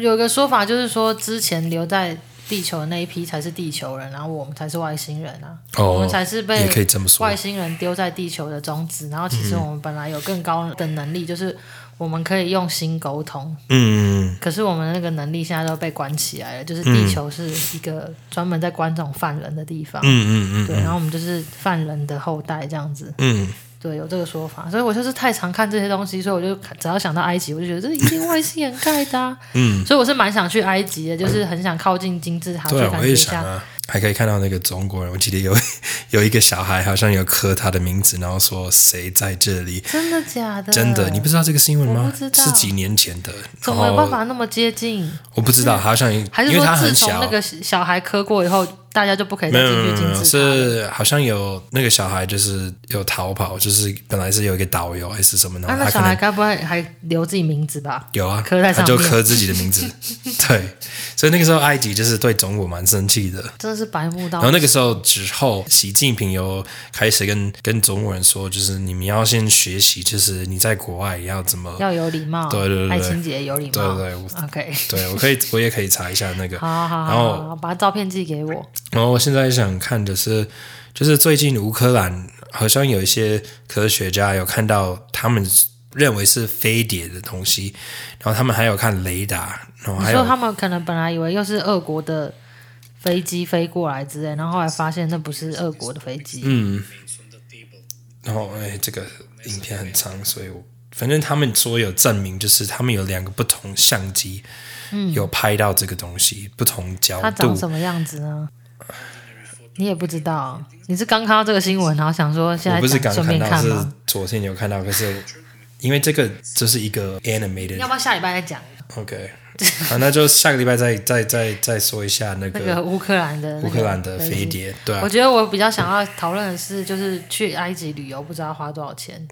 [SPEAKER 1] 有一个说法就是说，之前留在地球那一批才是地球人，然后我们才是外星人啊，
[SPEAKER 2] 哦
[SPEAKER 1] 我们才是被
[SPEAKER 2] 也可以这么说嗯
[SPEAKER 1] 外星人丢在地球的种子，然后其实我们本来有更高的能力，就是我们可以用心沟通，
[SPEAKER 2] 嗯，
[SPEAKER 1] 可是我们那个能力现在都被关起来了，就是地球是一个专门在关这种犯人的地方，
[SPEAKER 2] 嗯嗯嗯
[SPEAKER 1] 对，然后我们就是犯人的后代这样子，
[SPEAKER 2] 嗯，
[SPEAKER 1] 对，有这个说法，所以我就是太常看这些东西，所以我就只要想到埃及，我就觉得这一定外星人盖的、啊。嗯，所以我是蛮想去埃及的，就是很想靠近金字塔去
[SPEAKER 2] 对啊，
[SPEAKER 1] 感
[SPEAKER 2] 我
[SPEAKER 1] 觉
[SPEAKER 2] 也
[SPEAKER 1] 一
[SPEAKER 2] 想
[SPEAKER 1] 下。
[SPEAKER 2] 啊，还可以看到那个中国人，我记得有有一个小孩好像有刻他的名字，然后说谁在这里。
[SPEAKER 1] 真的假的？
[SPEAKER 2] 真的，你不知道这个新闻
[SPEAKER 1] 我
[SPEAKER 2] 吗
[SPEAKER 1] 不知？道
[SPEAKER 2] 是几年前的，
[SPEAKER 1] 怎
[SPEAKER 2] 然
[SPEAKER 1] 么有办
[SPEAKER 2] 后
[SPEAKER 1] 法那么接近？
[SPEAKER 2] 我不知道，好像因
[SPEAKER 1] 嗯还是
[SPEAKER 2] 为
[SPEAKER 1] 说
[SPEAKER 2] 他
[SPEAKER 1] 自
[SPEAKER 2] 很
[SPEAKER 1] 从
[SPEAKER 2] 小
[SPEAKER 1] 那，个小孩磕过以后，大家就不可以
[SPEAKER 2] 没
[SPEAKER 1] 再
[SPEAKER 2] 有
[SPEAKER 1] 进
[SPEAKER 2] 没
[SPEAKER 1] 去
[SPEAKER 2] 有没
[SPEAKER 1] 金
[SPEAKER 2] 有，
[SPEAKER 1] 字塔了？
[SPEAKER 2] 是好像有那个小孩就是有逃跑，就是本来是有一个导游还是什么，然
[SPEAKER 1] 啊，
[SPEAKER 2] 后
[SPEAKER 1] 那
[SPEAKER 2] 哦他
[SPEAKER 1] 小
[SPEAKER 2] 可
[SPEAKER 1] 孩
[SPEAKER 2] 能
[SPEAKER 1] 该不会还留自己名字吧？
[SPEAKER 2] 有啊，
[SPEAKER 1] 刻在
[SPEAKER 2] 他
[SPEAKER 1] 上
[SPEAKER 2] 就
[SPEAKER 1] 面，
[SPEAKER 2] 刻自己的 名字，对，所以那个时候埃及就是对中国蛮生气的，
[SPEAKER 1] 真的是白目到
[SPEAKER 2] 然后那个时候之后，习近平有开始跟跟中国人说，就是你们要先学习，就是你在国外要怎么。
[SPEAKER 1] 要有礼貌，
[SPEAKER 2] 对对对对
[SPEAKER 1] 爱情节有礼貌，
[SPEAKER 2] 对对对我
[SPEAKER 1] OK，
[SPEAKER 2] 对，我可以，我也可以查一下那个。
[SPEAKER 1] 好好
[SPEAKER 2] 然
[SPEAKER 1] 好
[SPEAKER 2] 后，
[SPEAKER 1] 好，把照片寄给我。
[SPEAKER 2] 然后我现在想看的是，就是最近乌克兰好像有一些科学家有看到他们认为是飞碟的东西，然后他们还有看雷达，然后
[SPEAKER 1] 你
[SPEAKER 2] 还
[SPEAKER 1] 说
[SPEAKER 2] 有
[SPEAKER 1] 他们可能本来以为又是俄国的飞机飞过来之类，然后后来发现那不是俄国的飞机。嗯，
[SPEAKER 2] 然后哎，这个影片很长，所以我反正他们说有证明，就是他们有两个不同相机，有拍到这个东西，不同角
[SPEAKER 1] 它嗯长
[SPEAKER 2] 度。
[SPEAKER 1] 什么样子呢？你也不知道，你是刚看到这个新闻，然后想说现
[SPEAKER 2] 我
[SPEAKER 1] 在
[SPEAKER 2] 不是
[SPEAKER 1] 讲
[SPEAKER 2] 刚
[SPEAKER 1] 顺
[SPEAKER 2] 看
[SPEAKER 1] 便
[SPEAKER 2] 到，是
[SPEAKER 1] 吗？
[SPEAKER 2] 昨天有看到，可是因为这个就是一个 animated
[SPEAKER 1] 要不要下礼拜再讲
[SPEAKER 2] OK，好， 那就下个礼拜再再再再说一下那
[SPEAKER 1] 那个
[SPEAKER 2] 个
[SPEAKER 1] 乌克兰的那个
[SPEAKER 2] 乌克兰的
[SPEAKER 1] 飞
[SPEAKER 2] 飞
[SPEAKER 1] 机？
[SPEAKER 2] 碟，对啊
[SPEAKER 1] 我，觉得我比较想要讨论的是，就是去埃及旅游不知道花多少钱。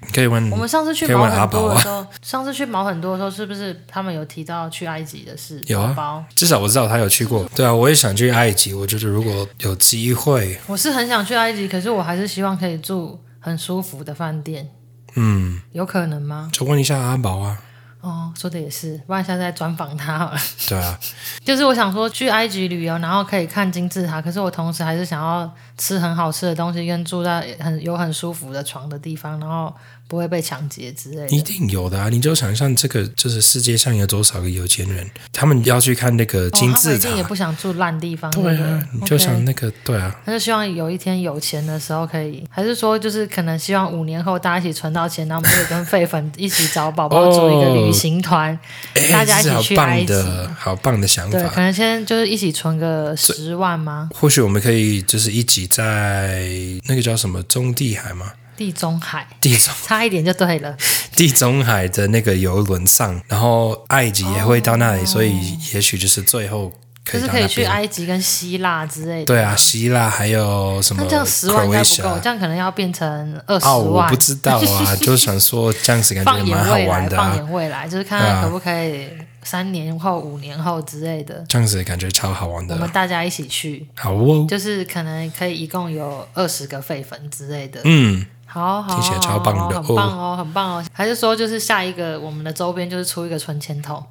[SPEAKER 2] 你可以问
[SPEAKER 1] 我们上次去
[SPEAKER 2] 可以
[SPEAKER 1] 毛
[SPEAKER 2] 问阿
[SPEAKER 1] 很
[SPEAKER 2] 宝
[SPEAKER 1] 多的时
[SPEAKER 2] 啊，
[SPEAKER 1] 候，上次去毛很多的时候，是不是他们有提到去埃及的事？
[SPEAKER 2] 有
[SPEAKER 1] 宝宝
[SPEAKER 2] 啊，至少我知道他有去过，对啊，我也想去埃及，我觉得如果有机会，
[SPEAKER 1] 我是很想去埃及，可是我还是希望可以住很舒服的饭店，
[SPEAKER 2] 嗯，
[SPEAKER 1] 有可能吗？
[SPEAKER 2] 就问一下阿宝啊，
[SPEAKER 1] 哦，说的也是，不然下次再专访他好了。
[SPEAKER 2] 对啊，
[SPEAKER 1] 就是我想说去埃及旅游，然后可以看金字塔，可是我同时还是想要吃很好吃的东西，跟住在很有很舒服的床的地方，然后不会被抢劫之类
[SPEAKER 2] 一
[SPEAKER 1] 的。
[SPEAKER 2] 定有的啊！你就想象这个，就是世界上有多少个有钱人，他们要去看那个
[SPEAKER 1] 哦、
[SPEAKER 2] 金
[SPEAKER 1] 他们
[SPEAKER 2] 字
[SPEAKER 1] 一
[SPEAKER 2] 塔，
[SPEAKER 1] 定也不想住烂地方。
[SPEAKER 2] 对
[SPEAKER 1] 不
[SPEAKER 2] 啊，你就
[SPEAKER 1] OK
[SPEAKER 2] 想那个，对啊，
[SPEAKER 1] 他就希望有一天有钱的时候可以，还是说就是可能希望五年后大家一起存到钱，然后我们就可以跟废粉一起找宝宝组一个旅行团，
[SPEAKER 2] 哎
[SPEAKER 1] 大家一
[SPEAKER 2] 这是
[SPEAKER 1] 起
[SPEAKER 2] 好
[SPEAKER 1] 去埃
[SPEAKER 2] 棒
[SPEAKER 1] 及。
[SPEAKER 2] 的，好棒的想
[SPEAKER 1] 对，可
[SPEAKER 2] 法。
[SPEAKER 1] 能先就是一起存个十万吗？
[SPEAKER 2] 或许我们可以就是一起在那个叫什么中地海吗？
[SPEAKER 1] 地中海，
[SPEAKER 2] 地中
[SPEAKER 1] 差一点就对了。
[SPEAKER 2] 地中海的那个游轮上，然后埃及也会到那里，所以也许就是最后可
[SPEAKER 1] 就
[SPEAKER 2] 以
[SPEAKER 1] 是
[SPEAKER 2] 到
[SPEAKER 1] 可以
[SPEAKER 2] 那
[SPEAKER 1] 去
[SPEAKER 2] 边。
[SPEAKER 1] 埃及跟希腊之类的。
[SPEAKER 2] 对啊，希腊还有什么
[SPEAKER 1] 那这样十万应该不够，这
[SPEAKER 2] Croatia？
[SPEAKER 1] 样可能要变成二十
[SPEAKER 2] 哦，
[SPEAKER 1] 万。
[SPEAKER 2] 我不知 道啊，就想说这样子感觉
[SPEAKER 1] 放眼
[SPEAKER 2] 蛮好
[SPEAKER 1] 未
[SPEAKER 2] 玩
[SPEAKER 1] 来，
[SPEAKER 2] 的、啊
[SPEAKER 1] 放。眼未来，就是看看可不可以三年后、五年后之类的，
[SPEAKER 2] 这样子感觉超好玩
[SPEAKER 1] 我们
[SPEAKER 2] 的。
[SPEAKER 1] 大家一起去。
[SPEAKER 2] 好哦，
[SPEAKER 1] 就是可能可以一共有二十个废粉之类的。
[SPEAKER 2] 嗯，
[SPEAKER 1] 好好，
[SPEAKER 2] 听起来超棒的
[SPEAKER 1] 好很棒哦，很棒哦。还是说，就是下一个我们的周边就是出一个存钱 筒，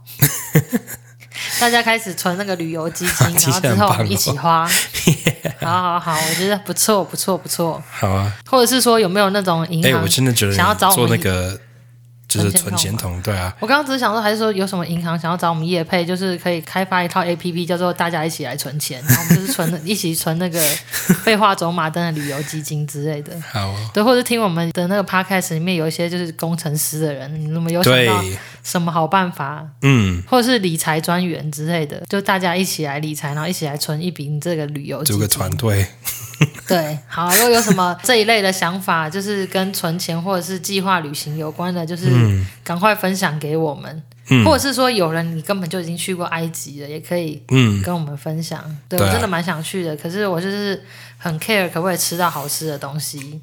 [SPEAKER 1] 大家开始存那个旅游基 金，然
[SPEAKER 2] 听
[SPEAKER 1] 后
[SPEAKER 2] 起来
[SPEAKER 1] 之
[SPEAKER 2] 很
[SPEAKER 1] 后
[SPEAKER 2] 棒哦
[SPEAKER 1] 我们一起 花。好好好，我觉得不错，不错，不错。
[SPEAKER 2] 好啊。
[SPEAKER 1] 或者是说，有没有那种银
[SPEAKER 2] 哎、
[SPEAKER 1] 行
[SPEAKER 2] 我真的觉得
[SPEAKER 1] 想要找
[SPEAKER 2] 你
[SPEAKER 1] 我
[SPEAKER 2] 做
[SPEAKER 1] 们
[SPEAKER 2] 那
[SPEAKER 1] 一起
[SPEAKER 2] 个就是存钱筒，对啊，
[SPEAKER 1] 我刚刚只是想说，还是说有什么银行想要找我们业配，就是可以开发一套 A P P，叫做大家一起来存钱，然后我们就是存 一起存那个废话走马灯的旅游基金之类的。
[SPEAKER 2] 好哦。
[SPEAKER 1] 对，或者听我们的那个 podcast 里面有一些就是工程师的人，你有没有想
[SPEAKER 2] 对
[SPEAKER 1] 到什么好办法，
[SPEAKER 2] 嗯，
[SPEAKER 1] 或者是理财专员之类的，就大家一起来理财，然后一起来存一笔你这个旅游基
[SPEAKER 2] 组
[SPEAKER 1] 金
[SPEAKER 2] 个团队，
[SPEAKER 1] 对，好，啊如果有什么这一类的想法， 就是跟存钱或者是计划旅行有关的，就是
[SPEAKER 2] 嗯
[SPEAKER 1] 赶快分享给我们。或者是说，有人你根本就已经去过埃及了，也可以
[SPEAKER 2] 嗯
[SPEAKER 1] 跟我们分享。对
[SPEAKER 2] 对
[SPEAKER 1] 我
[SPEAKER 2] 啊
[SPEAKER 1] 真的蛮想去的，可是我就是很 care 可不可以吃到好吃的东西。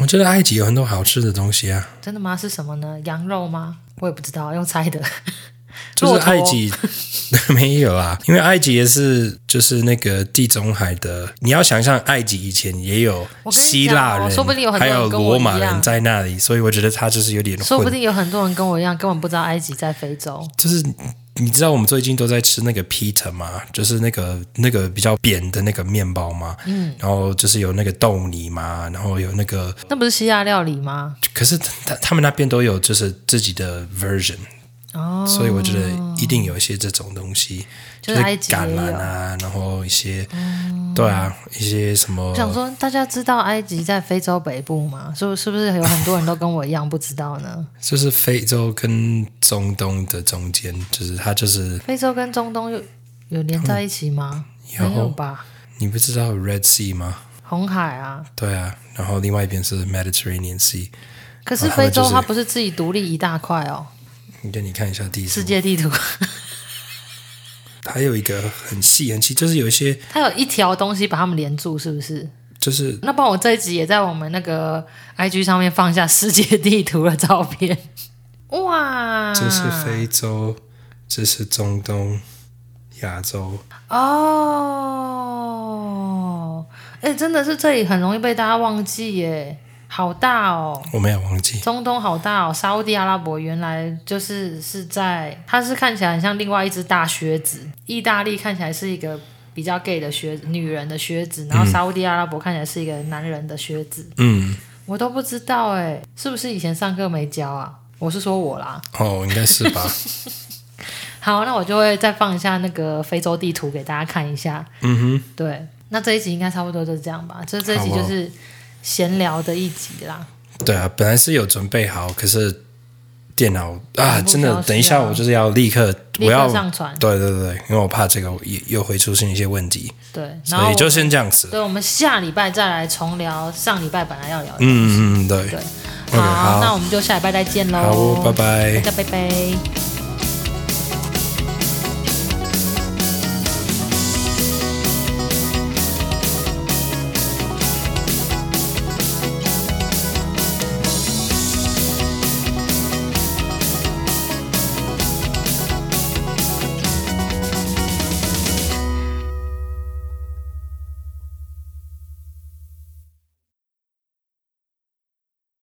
[SPEAKER 2] 我觉得埃及有很多好吃的东西啊，
[SPEAKER 1] 真的吗？是什么呢？羊肉吗？我也不知道，用猜的。
[SPEAKER 2] 就是
[SPEAKER 1] 骆驼
[SPEAKER 2] 埃及 没有啊，因为埃及也是就是那个地中海的，你要想象埃及以前也有
[SPEAKER 1] 我跟你
[SPEAKER 2] 希腊
[SPEAKER 1] 讲
[SPEAKER 2] 人，
[SPEAKER 1] 哦说不定有很多
[SPEAKER 2] 还
[SPEAKER 1] 人
[SPEAKER 2] 有
[SPEAKER 1] 跟我
[SPEAKER 2] 罗
[SPEAKER 1] 一样
[SPEAKER 2] 马人在那里，所以我觉得他就是有点混，
[SPEAKER 1] 说不定有很多人跟我一样，根本不知道埃及在非洲。
[SPEAKER 2] 就是你知道我们最近都在吃那个 pita 吗？就是那个那个比较扁的那个面包嘛，嗯，然后就是有那个豆泥嘛，然后有那个，
[SPEAKER 1] 那不是希腊料理吗？
[SPEAKER 2] 可是他他们那边都有就是自己的 version，
[SPEAKER 1] 哦，
[SPEAKER 2] 所以我觉得一定有一些这种东西，
[SPEAKER 1] 就是是埃及也
[SPEAKER 2] 橄榄啊，然后一些，对啊，一些什么
[SPEAKER 1] 我，想说，大家知道埃及在非洲北部吗？是不是不是有很多人都跟我一样不知道 呢？
[SPEAKER 2] 就是非洲跟中东的中间，就是它就是
[SPEAKER 1] 非洲跟中东有有连在一起吗？
[SPEAKER 2] 有
[SPEAKER 1] 没有吧？
[SPEAKER 2] 你不知道 Red Sea 吗？
[SPEAKER 1] 红海啊，
[SPEAKER 2] 对啊，然后另外一边是 Mediterranean Sea。
[SPEAKER 1] 可是
[SPEAKER 2] 啊他们
[SPEAKER 1] 非洲
[SPEAKER 2] 就是
[SPEAKER 1] 它不是自己独立一大块哦，
[SPEAKER 2] 你给你看一下地
[SPEAKER 1] 世
[SPEAKER 2] 图，
[SPEAKER 1] 界地图
[SPEAKER 2] 还有一个很细很细，就是有一些
[SPEAKER 1] 它有一条东西把它们连住，是不是？
[SPEAKER 2] 就是
[SPEAKER 1] 那帮我这一集也在我们那个 IG 上面放下世界地图的照片。哇，
[SPEAKER 2] 这是非洲，这是中东、亚洲，
[SPEAKER 1] 哦，哎，真的是这里很容易被大家忘记耶，好大哦。
[SPEAKER 2] 我没有忘记。
[SPEAKER 1] 中东好大哦，沙烏地阿拉伯原来就是是在，它是看起来很像另外一只大靴子，意大利看起来是一个比较 gay 的靴，女人的靴子，然后沙烏地阿拉伯看起来是一个男人的靴子，
[SPEAKER 2] 嗯，
[SPEAKER 1] 我都不知道哎，是不是以前上课没教啊？我是说我啦，
[SPEAKER 2] 哦，应该是 吧。
[SPEAKER 1] 好，那我就会再放一下那个非洲地图给大家看一下。
[SPEAKER 2] 嗯
[SPEAKER 1] 对，那这一集应该差不多就是这样吧，这这一集
[SPEAKER 2] 好哦
[SPEAKER 1] 就是闲聊的一集啦。
[SPEAKER 2] 哼，对啊，本来是有准备好，可是电脑啊，
[SPEAKER 1] 全部消
[SPEAKER 2] 真的，
[SPEAKER 1] 失
[SPEAKER 2] 等一下
[SPEAKER 1] 了
[SPEAKER 2] 我就是要立刻，
[SPEAKER 1] 立刻
[SPEAKER 2] 我要
[SPEAKER 1] 上传
[SPEAKER 2] 对对对，因为我怕这个又又会出现一些问题，
[SPEAKER 1] 对，然后
[SPEAKER 2] 所以
[SPEAKER 1] 我
[SPEAKER 2] 就先这样子。
[SPEAKER 1] 对，我们下礼拜再来重聊上礼拜本来要聊的。
[SPEAKER 2] 嗯嗯嗯，对
[SPEAKER 1] 对，
[SPEAKER 2] ，OK，
[SPEAKER 1] 好，那我
[SPEAKER 2] 好，
[SPEAKER 1] 们就下礼拜再见喽。
[SPEAKER 2] 好，拜拜
[SPEAKER 1] 大。家拜拜。